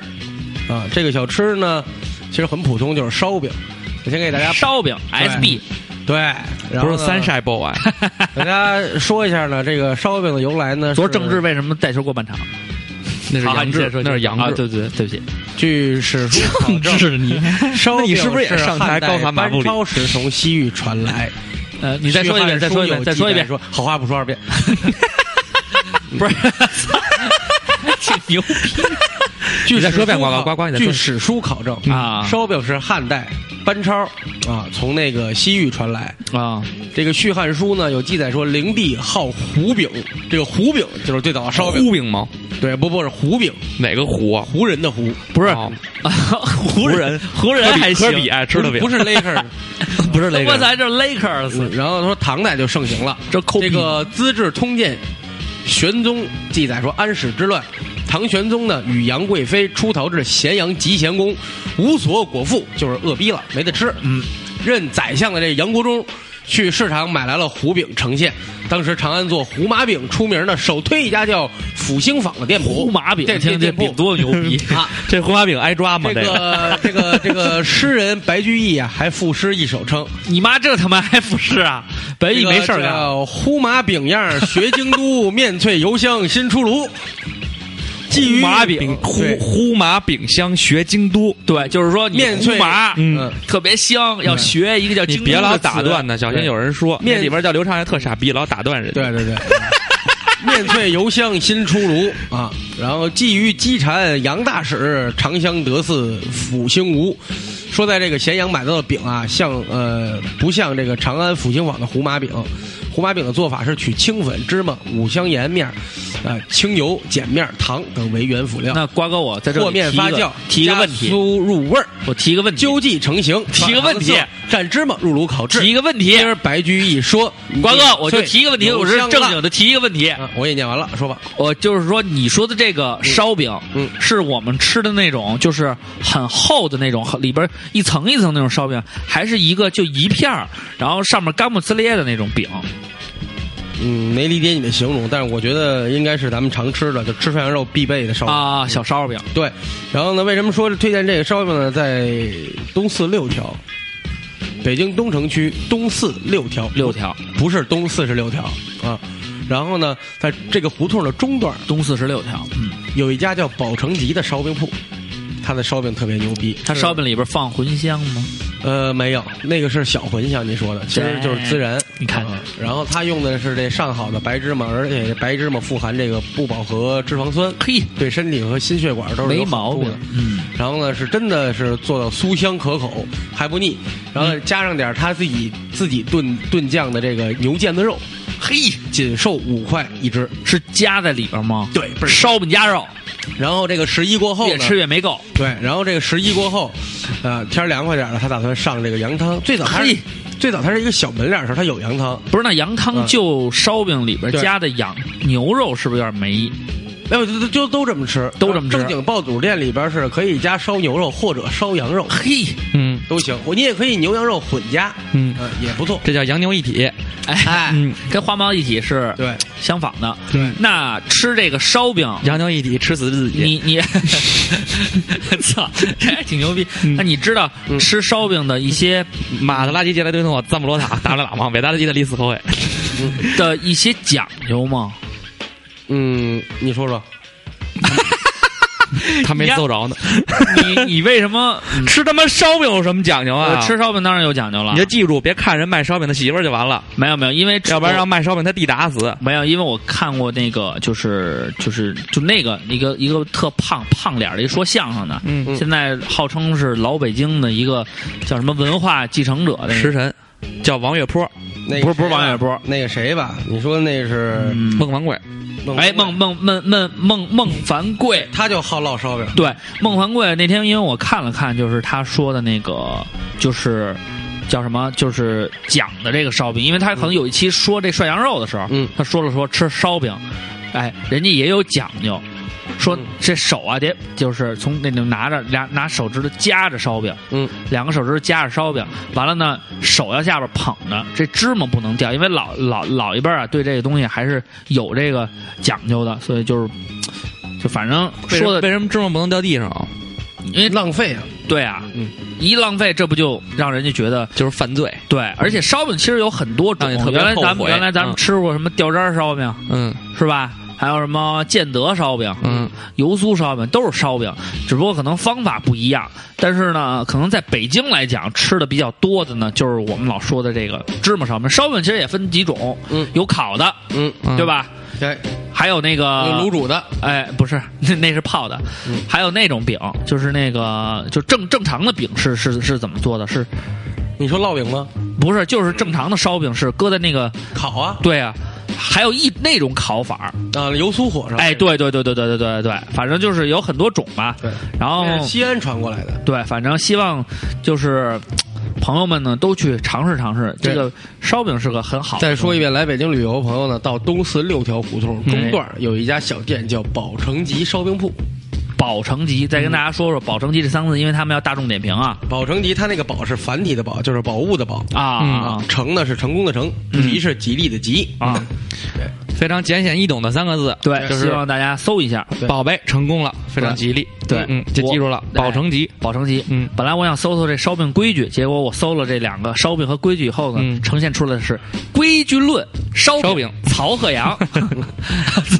H: 啊，这个小吃呢，其实很普通，就是烧饼。我先给大家
G: 烧饼
H: 对
G: SB
H: 对，然后
I: 不是
H: 呢
I: 三晒 boy 啊，
H: 给 大家说一下呢，这个烧饼的由来呢，
G: 昨儿
H: 是
G: 郑智为什么带球过半场？
I: 那是
G: 好好
I: 杨
G: 你接着
I: 志
G: 说，
I: 那是杨
G: 啊
I: 志，
G: 对对对不起，
H: 据史书考证
I: 郑智你，
H: 烧
I: 那
H: 饼
I: 你是不也上台高
H: 汉代
I: 喊马布里
H: 班？超时从西域传 来？
G: 呃，你再说一遍，再说一遍，再说一遍，
H: 说好话不说 二遍。
G: 不是，这牛逼
H: 据
I: 你再
H: 史
I: 说一遍
H: 书
I: 呱呱
H: 考
I: 呱呱你再
H: 据
I: 说
H: 史书考证
I: 嗯
G: 啊
H: 烧饼是汉代班超啊从那个西域传来。
G: 啊！
H: 这个《续汉书》呢有记载说，灵帝好胡饼，这个胡饼就是最早的烧饼。
I: 胡饼吗？
H: 对，不不是胡饼，
I: 哪个胡啊？
H: 胡人的胡，
I: 不是
G: 哦湖人，湖人还行
I: 科，比爱吃的饼，
H: 不是 Laker。
I: 不是雷
G: 我
I: 个
G: 操，这 Lakers
H: 嗯然后说唐代就盛行了。
G: 这抠
H: 这
G: 逼
H: 个《资治通鉴》玄宗记载说，安史之乱，唐玄宗呢与杨贵妃出逃至咸阳集贤宫，无所果腹，就是饿逼了，没得吃。嗯，任宰相的这杨国忠。去市场买来了胡饼呈现，当时长安做胡麻饼出名的，首推一家叫阜兴坊的店铺。
G: 胡麻饼，
H: 这
G: 听这
H: 店铺
G: 饼多牛逼
H: 啊！
I: 这胡麻饼挨抓吗？
H: 这个这个这个诗人白居易啊，还赋诗一首称：
G: 你妈这他妈还不是啊？白
H: 这
G: 玉
H: 个
G: 没事儿干，啊
H: 叫呼麻饼样儿学京 都，面脆油香新出炉。鲫鱼
I: 胡麻饼，胡
H: 对
I: 胡麻饼香学京都。
G: 对，就是说你
H: 面脆
G: 胡麻，
H: 嗯，
G: 特别香，要学一个叫
I: 你
G: 京
I: 别
G: 东的
I: 老
G: 词
I: 打断呢，小心
G: 对
I: 有人说
H: 面
I: 那里边叫刘畅还特傻逼，老打断人。
H: 对，对对， 面脆油香新出炉啊！然后鲫鱼鸡蝉杨大使，长香得似抚兴吴。说在这个咸阳买到的饼啊，像呃不像这个长安阜兴坊的胡麻饼，胡麻饼的做法是取清粉、芝麻、五香盐面儿，呃清油、碱面儿、糖等为原辅料，
G: 那瓜哥，我在这里
H: 和面
G: 提一
H: 发
G: 个
H: 酵，
G: 提一个问
H: 加
G: 题，
H: 酥入味儿。
G: 我提一个问题，
H: 究既成型，
G: 提个问题
H: 把糖色蘸芝麻入炉烤制。
G: 提一个问题嗯
H: 今，儿白居易说，
G: 瓜哥，我就提一个问题，
H: 对
G: 我是
H: 有香
G: 正
H: 辣
G: 经的提一个问题，
H: 啊，我也念完了，说吧。
G: 我就是说你说的这个烧饼，
H: 嗯，
G: 是我们吃的那种，就是很厚的那种，里边一层一层那种烧饼，还是一个就一片儿，然后上面干不呲咧的那种饼，
H: 嗯，没理解你的形容，但是我觉得应该是咱们常吃的，就吃涮羊肉必备的烧饼。
G: 啊，小烧饼，
H: 对，然后呢，为什么说推荐这个烧饼呢？在东四六条，北京东城区东四六条，
G: 六条，
H: 不是东四十六条啊。然后呢，在这个胡同的中段
G: 东四十六条，嗯，
H: 有一家叫宝成吉的烧饼铺，它的烧饼特别牛逼。
G: 它
H: 是
G: 烧饼里边放茴香吗？
H: 呃，没有，那个是小茴香，你说的，其实就是孜然。
G: 哎你看
H: 啊然后他用的是这上好的白芝麻，而且这白芝麻富含这个不饱和脂肪酸，
G: 嘿，
H: 对身体和心血管都是
G: 没
H: 有好
G: 毛
H: 处
G: 病
H: 的。，
G: 嗯，
H: 然后呢，是真的是做到酥香可口，还不腻。然
G: 嗯
H: 后加上点他自己自己炖炖酱的这个牛腱子肉，
G: 嘿，
H: 仅售五块一只。
G: 是夹在里边吗？
H: 对倍儿
G: 烧饼夹肉，
H: 然后这个十一过后
G: 越
H: 呢，
G: 吃越没够。
H: 对，然后这个十一过后，呃，天儿凉快点儿了，他打算上这个羊汤。最早他是
G: 嘿
H: 最早他是一个小门脸儿的时候，他有羊汤，
G: 不是，那羊汤就烧饼里边
H: 对
G: 加的羊牛肉是不是有点没？
H: 没有就就就都这么吃，
G: 都这么吃
H: 正经爆肚店里边是可以加烧牛肉或者烧羊肉
G: 嘿，
I: 嗯
H: 都行，你也可以牛羊肉混加，
I: 嗯，
H: 呃，也不错。
I: 这叫羊牛一体。
G: 哎
I: 嗯，
G: 跟花猫一起是
H: 对
G: 相反的。
H: 对
G: 那吃这个烧饼，
I: 羊牛一体，吃死自己。
G: 你你， 操，这还挺牛逼。那你知道吃烧饼的一些
I: 马德拉基、杰莱顿诺、赞布罗 塔、达布拉马、韦达拉基的利斯科维，
G: 的一些讲究吗？
H: 嗯，你说说，
I: 他没揍着呢。
G: 你你为什 么？
I: 吃他妈烧饼有什么讲究
G: 呃
I: 啊？
G: 吃烧饼当然有讲究了
I: 你，就记住，别看人卖烧饼的媳妇儿就完了，
G: 没有没有，因为吃
I: 要不然让卖烧饼他弟打死。
G: 没有，因为我看过那个，就是就是就那个一个一个特胖胖脸儿的一说相声的，
I: 嗯
G: 现在号称是老北京的一个叫什么文化继承者的那个嗯
I: 食神叫王月坡，
H: 那
I: 不是不是王小波，
H: 那个谁吧？你说那是
I: 孟凡贵？
H: 哎，
G: 孟孟孟孟孟孟凡贵，
H: 他就好烙烧饼。
G: 对，孟凡贵那天因为我看了看，就是他说的那个，就是叫什么，就是讲的这个烧饼，因为他可能有一期说这涮羊肉的时候，嗯，他说了说吃烧饼，哎，人家也有讲究，说这手啊得就是从那种拿着俩拿手指头夹着烧饼，
H: 嗯，
G: 两个手指头夹着烧饼，完了呢手要下边捧着，这芝麻不能掉，因为老老老一辈儿啊对这个东西还是有这个讲究的，所以就是。就反正说的
I: 为什么芝麻不能掉地上啊？
G: 因为
H: 浪费啊。
G: 对啊，一浪费，这不就让人家觉得
I: 就是犯罪？
G: 对，而且烧饼其实有很多种，
I: 让你特别
G: 原来咱
I: 嗯后
G: 们
I: 悔
G: 原来咱们
I: 嗯
G: 吃过什么掉渣儿烧饼，
I: 嗯，
G: 是吧？还有什么建德烧饼，嗯，油酥烧饼都是烧饼，只不过可能方法不一样。但是呢，可能在北京来讲，吃的比较多的呢，就是我们老说的这个芝麻烧饼。烧饼其实也分几种，嗯，有烤的，
H: 嗯，
G: 对吧？
H: 对，
G: 还有那个
I: 有卤煮的，嗯
G: 哎，不是，那那是泡的，还有那种饼，就是那个就正正常的饼是是是怎么做的？是
H: 你说烙饼吗？
G: 不是，就是正常的烧饼是搁在那个
H: 烤啊，
G: 对啊，还有一那种烤法
H: 啊，油酥火烧。
G: 哎，对对对对对对对对，反正就是有很多种吧。
H: 对，
G: 然后
H: 那是西安传过来的，
G: 对，反正希望就是朋友们呢都去尝试尝试，这个烧饼是个很好的
H: 再说一遍，来北京旅游的朋友呢，到东四六条胡同中段
G: 哎
H: 儿有一家小店叫宝成吉烧饼铺。
G: 宝成吉，再跟大家说
H: 嗯
G: 说“宝成吉”这三个字，因为他们要大众点评啊。
H: 宝成吉，它那个宝是繁体的宝，就是宝物的宝
G: 啊嗯
H: 嗯成呢是成功的成，吉是吉利的吉
G: 啊。
I: 非常简显易懂的三个字，
G: 对，
I: 就是
G: 希望大家搜一下。
I: 宝贝成功了，非常吉利。
G: 对，
I: 嗯，就记住了，宝成吉，
G: 保成吉。
I: 嗯，
G: 本来我想搜搜这烧饼规矩，结果我搜了这两个烧饼和规矩以后呢，呈现出来的是规矩论烧
I: 嗯烧饼
G: 曹鹤阳。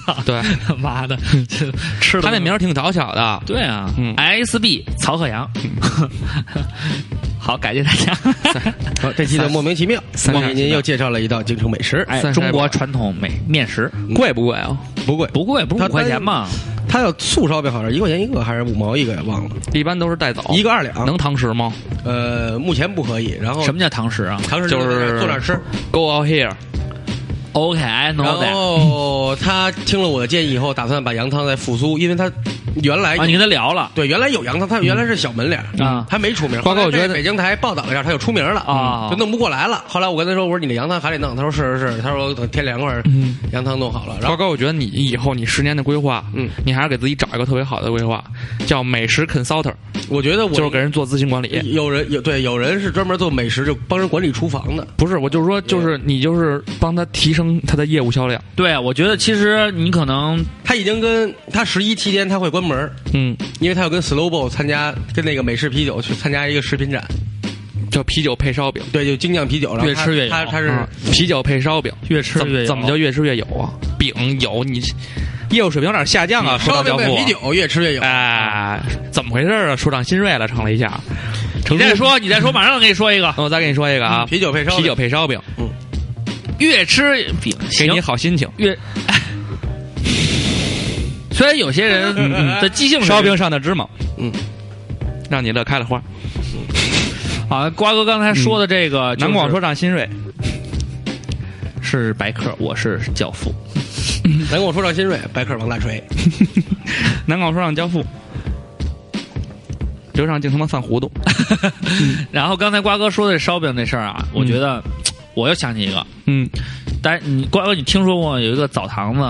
G: 操，
I: 对，
G: 妈的，这吃的
I: 他那名儿挺讨巧的。
G: 对啊，
I: 嗯
G: ，SB 曹鹤阳。 好，感谢大家。
H: 好，这期的莫名其妙，
I: 三
H: 我
I: 十
H: 给您又介绍了一道京城美食，
G: 哎，中国传统美面食
I: 贵不贵啊？
H: 嗯不贵，
G: 不贵，不是
H: 它
G: 五块钱吗？
H: 它有素烧饼，好像一块钱一个，还是五毛一个，也忘了。
I: 一般都是带走，
G: 哦
H: 一个二
G: 啊
H: 两
I: 能堂食吗？
H: 呃，目前不可以。然后
I: 哦
G: 什么叫堂食啊
H: 堂食
I: 就是
H: 坐那儿吃。
I: Go out here，
G: ？OK，I
H: 然
I: Oh
G: know that。
H: 后他听了我的建议以后，打算把羊汤再复苏，因为他原来
G: 啊，你跟他聊了
H: 对原来有羊汤，他原
I: 嗯
H: 来是小门脸儿
G: 啊
H: 他没出名。
I: 瓜
H: 后
I: 哥
H: 来
I: 我觉得
H: 被北京台报道了一下，他就出名了
G: 啊
H: 就弄不过来了。后来我跟他说：“我说你这羊汤还得弄。”他说：“是是是。”他说：“等天凉快儿，
I: 嗯
H: 羊汤弄好了。”然
I: 瓜
H: 后
I: 哥，我觉得你以后你十年的规划，
H: 嗯，
I: 你还是给自己找一个特别好的规划，叫美食 consultant，
H: 我觉得我
I: 就是给人做咨询管理。
H: 有人有对有人是专门做美食，就帮人管理厨房的。
I: 不是，我就是说，就是你就是帮他提升他的业务销量。
G: 对啊，我觉得其实你可能
H: 他已经跟他十一期间他会关门儿，
I: 嗯，
H: 因为他要跟 Slowbo 参加跟那个美式啤酒去参加一个食品展，
I: 叫啤酒配烧饼，
H: 对，就精酿啤酒，然后
G: 越
H: 他
G: 吃越有
H: 他他是、
I: 嗯啤酒配烧饼，
G: 越吃
I: 怎
G: 越
I: 么
G: 有
I: 怎么叫越吃越有啊？饼有你业务水平有点下降啊，说
H: 烧
I: 到
H: 饼
I: 教
H: 配
I: 父
H: 啤。酒越吃越有。
I: 哎，怎么回事啊？说长新锐了，成了一下。
G: 你再说，你再说，马上我给你说一个，
I: 那我再给你说一个啊，
H: 嗯啤酒配烧饼
I: 啤酒配烧饼，
G: 越吃饼
I: 给你
G: 行
I: 好心情。
G: 越。虽然有些
N: 嗯
G: 人的记性是
I: 烧饼上的芝麻，
H: 嗯，
I: 让你乐开了花。
G: 啊，瓜哥刚才说的这个，
I: 嗯南广说长新锐，
G: 是白客，我是教父。
H: 咱跟我说上新锐，白客王大 锤，
I: 南广说长教父，刘畅净他妈犯糊涂。
G: 然后刚才瓜哥说的烧饼这事儿啊，我觉得我又想起一个，
I: 嗯，
G: 但是你瓜哥，你听说过有一个澡堂子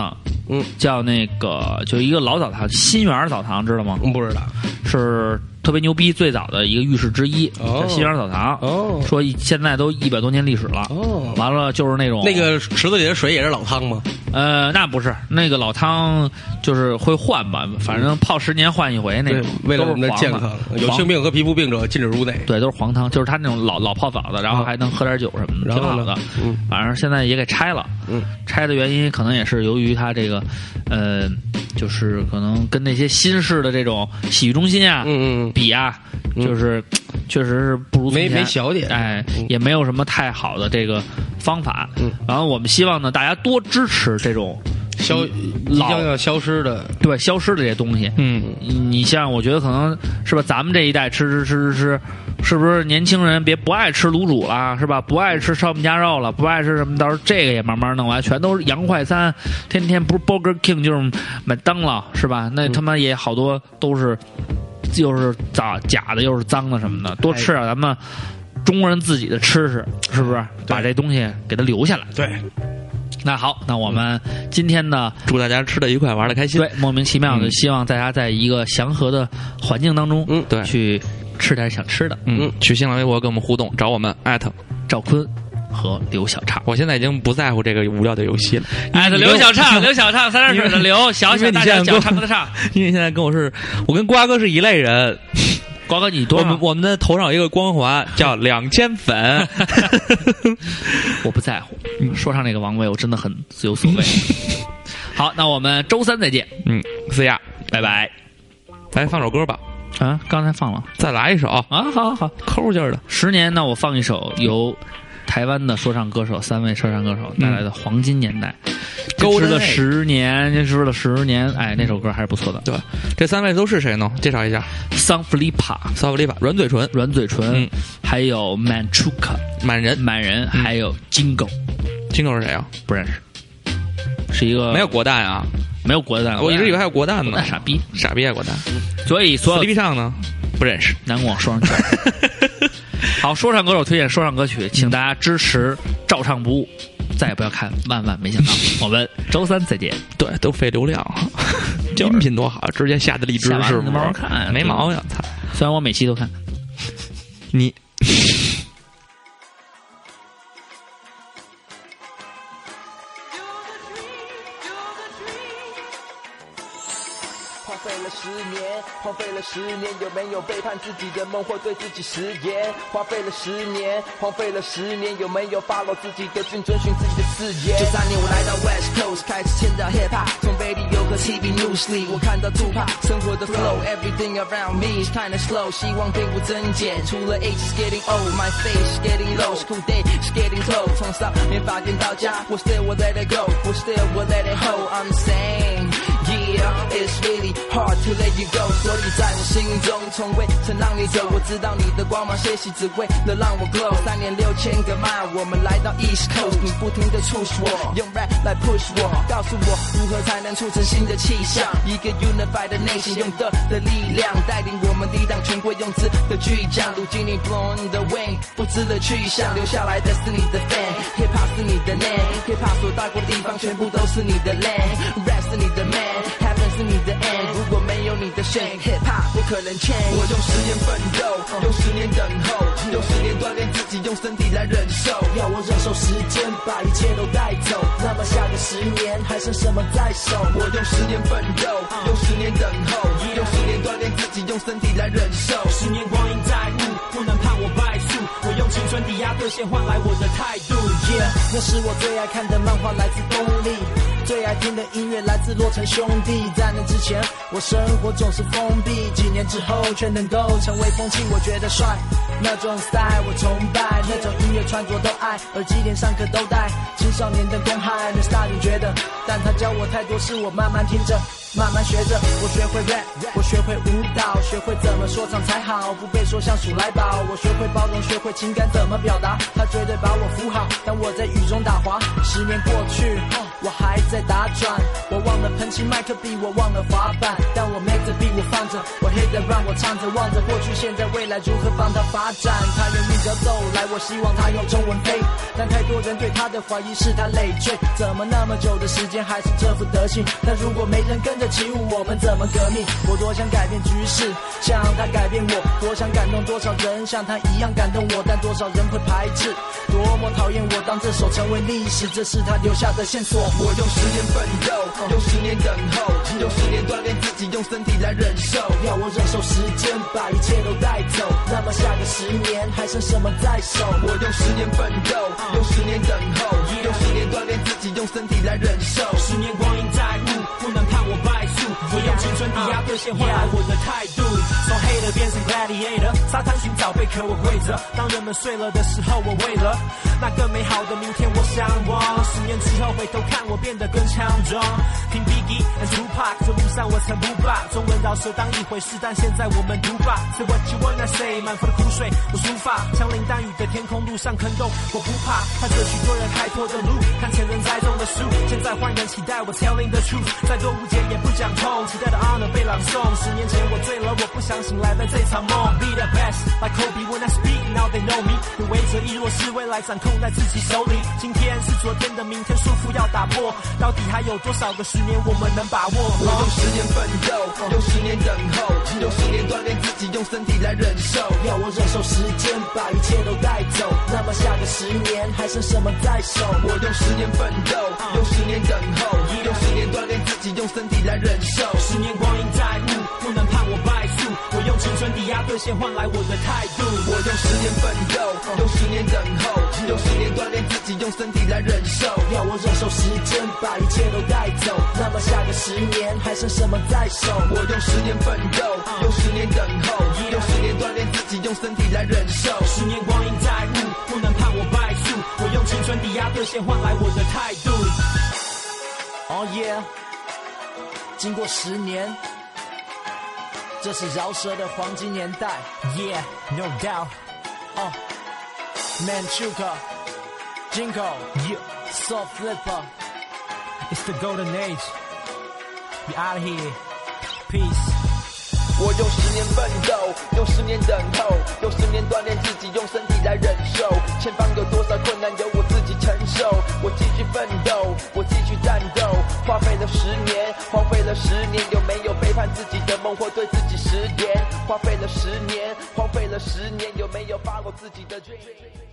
H: 嗯，
G: 叫那个，就一个老澡堂，新源儿澡堂，知道吗？
H: 嗯不知道
G: 是特别牛逼，最早的一个浴室之一，
H: 哦
G: 叫新源儿澡堂。
H: 哦
G: 说一现在都一百多年历史了。
H: 哦
G: 完了就是那种
H: 那个池子里的水也是老汤吗？
G: 呃，那不是那个老汤，就是会换吧，反正泡十年换一回那
H: 对
G: 种，。
H: 为了
G: 都
H: 我
G: 是
H: 们的
G: 黄
H: 健
G: 的
H: 康，有
G: 黄
H: 性病和皮肤病者禁止入内。
G: 对，都是黄汤，就是他那种老老泡澡的，然后还能喝点酒什么的，
H: 然
G: 挺
H: 后
G: 好
H: 呢
G: 的。
H: 嗯
G: 反正现在也给拆了，
H: 嗯，
G: 拆的原因可能也是由于它这个，呃，就是可能跟那些新式的这种洗浴中心啊，
H: 嗯嗯
G: 比啊，就是确实是不如从
H: 没
G: 前
H: 没小嗯姐
G: 哎，也没有什么太好的这个方法。嗯，然后我们希望呢，大家多支持这种
H: 嗯，消即
G: 老
H: 将要消失的，
G: 对消失的这些东西。
I: 嗯，
G: 你像我觉得可能是吧，咱们这一代吃吃吃吃吃，是不是年轻人别不爱吃卤煮了，是吧？不爱吃烧饼夹肉了，不爱吃什么，到时候这个也慢慢弄完，全都是洋快餐，天天不是 Burger King 就是麦当劳，是吧？那他妈也好多都是又是咋假的，又是脏的什么的，多吃点咱们中国人自己的吃食，是不是？把这东西给它留下来。
H: 对。
G: 那好，那我们今天呢，
N: 祝大家吃的愉快，玩的开心。
G: 对，莫名其妙的，
N: 嗯
G: 希望大家在一个祥和的环境当中，嗯，
N: 对，
G: 去吃点想吃的。
N: 嗯，去新浪微博跟我们互动，找我们艾特
G: 赵坤和刘小畅。
N: 我现在已经不在乎这个无聊的游戏了，
O: 艾特哎刘小畅，刘小畅，三点水的刘，小
N: 因
O: 小
N: 为你
O: 大
N: 现在
O: 小
N: 跟我
O: 小唱歌的唱，
N: 因为现在跟我是，我跟瓜哥是一类人。
G: 瓜哥，你多
N: 我
G: 少
N: 们？我们的头上有一个光环，叫两千 粉。
G: 我不在乎。
O: 嗯
G: 说唱这个王位，我真的很自由所 谓。好，那我们周三再见。
N: 嗯，思雅，
G: 拜拜。
N: 来放首歌吧，
G: 啊，刚才放了
N: 再来一首啊，
G: 啊，好好好，
N: 抠劲儿的。
G: 十年，那我放一首由台湾的说唱歌手三位说唱歌手带来的《黄金年代》，这吃
N: Golden
G: 了
N: Age
G: 十年，这吃了十年，哎，那首歌还是不错的。
N: 对，这三位都是谁呢？介绍一下
G: s u n f l i p a
N: 萨布利巴软嘴唇、
G: 软嘴唇
N: 嗯，
G: 还有 Manchuka
N: 满人、
G: 满人，还有 Jingo
N: 金狗是谁啊？
G: 不认识，是一个
N: 没有国蛋啊！
G: 没有国蛋，
N: 我一直以为还有国蛋
G: 那
N: 呢，
G: 傻逼，
N: 傻逼啊！国蛋，
G: 所以所
N: 斯
G: 有
N: 利上呢不认识。
G: 南广说唱 圈。好，说唱歌手推荐说唱歌曲，请大家支持照唱不误。再也不要看，万万没想到，我们周三再见。
N: 对，都费流量，音频多好，直接下的荔枝
G: 下完
N: 是
G: 了
N: 不是
G: 慢慢看啊
N: 啊没毛病。操
G: 虽然我每期都看。
N: 你。
P: 荒废了十年，荒废了十年，有没有背叛自己的梦或对自己食言？荒废了十年，荒废了十年，有没有 follow 自己的军，遵循自己的誓言？
L: 这三年我来到 West Coast，开始签到 Hip Hop，从 Radio 和 TV News 里，我看到 Tupac 生活的 flow，everything around me is kinda slow，希望队伍增减，除了 age is getting old，my oh, face is getting low，school day is getting cold，从少年法院到家，we still will let it go，we still will let it hold，I'm saying。Yeah, it's really hard to let you go，所以在我心中从未曾让你走。我知道你的光芒歇息，只为了让我 glow。三年六千个 mile，我们来到 East Coast，你不停的 push 我，用 rap 来 push 我，告诉我如何才能促成新的气象。一个 unified 的 nation，用的的力量带领我们抵挡全国用字的巨匠。如今你 blown the wind，不知的去向，留下来的是你的 fan，hip hop 是你的 name，hip hop 所到过的地方全部都是你的 land，rap 是你的 man，heaven 是你的 end，如果没有你的 shame，hip hop 不可能 change。我用十年奋斗，用十年等候，用十年锻炼自己，用身体来忍受。
I: 要我忍受时间把一切都带走，那么下个十年还剩什么在手？
P: 我用十年奋斗，
I: 嗯
P: 用十年等候，用十年锻炼自己，用身体来忍受。
I: 十年光阴在物，不能判我败诉。我用青春抵押兑现，换来我的态度。Yeah，那时我最爱看的漫画来自东立，最爱听的音乐来自洛城兄弟。在那之前，我生活总是封闭，几年之后却能够成为风气，我觉得帅。那种 style 我崇拜，那种音乐穿着都爱，耳机连上课都戴。青少年的公害，那 style 你觉得？但他教我太多事，我慢慢听着，慢慢学着。我学会 rap，我学会舞蹈，学会怎么说唱才好，不被说像数来宝。我学会包容，学会情感怎么表达。他绝对把我扶好，但我在雨中打滑。十年过去，我还在打转，我忘了喷漆麦克笔，我忘了滑板，但我 make 着 beat 我放着，我 hit the run 我唱着，望着过去、现在、未来如何帮他发展。他用韵脚走来，我希望他用中文飞，但太多人对他的怀疑是他累赘，怎么那么久的时间还是这副德行？但如果没人跟着起舞，我们怎么革命？我多想改变局势，像他改变我，多想感动多少人，像他一样感动我，但多少人会排斥，多么讨厌我，当这首成为历史，这是他留下的线索。
P: 我用十年奋斗，用十年等候，用十年锻炼自己，用身体来忍受。
I: 要我忍受时间把一切都带走，那么下个十年还剩什么在手？
P: 我用十年奋斗，用十年等候，用十年锻炼自己，用身体来忍受。
I: 十年光阴在物，不能判我败诉。我用青春抵押兑现换来我的态度。从 hip
L: hater 变成 gladiator，沙滩寻找贝壳我跪着。当人们睡了的时候，我为了那个美好的明天我向往。十年之后回头看，我变得更强壮。听 Biggie and Tupac，这路上我曾不怕。中文饶舌当一回事，但现在我们独霸。Say what you wanna say，满腹的苦水我抒发，像淋大雨的天空，路上坑洞我不怕。看着许多人开拓的路，看前人栽种的树，现在换人期待我 telling the truth，再多误解也不讲痛，期待的 honor 被朗诵。十年前我醉了，我不想醒来，在这场梦。Be the best，like Kobe when I speak，now they know me。有为者亦若是，未来掌控在自己手里。今天是昨天的明天，束缚要打破，到底还有多少个十年我们能把握？
I: 我用十年奋斗，用十年等候，用十年锻炼自己，用身体来忍受。
L: 要我忍受时间把一切都带走，那么下个十年还剩什么在手？
I: 我用十年奋斗，用十年等候，用十年锻炼自己，用身体来忍受。
L: 十年光阴在目，不能怕我败诉。我用青春抵押兑现，换来我的态度。
I: 我用十年奋斗，用十年等候，用十年锻炼自己，用身体来忍受。
L: 要我忍受时间把一切都带走，那么下个十年还剩什么在手？
I: 我用十年奋斗，
L: 啊
I: 用十年等候，用十年锻炼自己，用身体来忍受。
L: 十年光阴在目，不能怕我败诉。我用青春抵押兑现，换来我的态度。哦耶！经过十年，这是饶舌的黄金年代。Yeah，no doubt。哦，Manchuka，Jingle，You，Soul Flipper，It's the golden age。We out here。Peace。
I: 我用十年奋斗，用十年等候，用十年锻炼自己，用身体来忍受。前方有多少困难，由我自己承受。我继续奋斗，我继续战斗。花费了十年，荒废了十年，有没有背叛自己的梦或对自己食言？花费了十年，荒废了十年，有没有发过自己的 dream？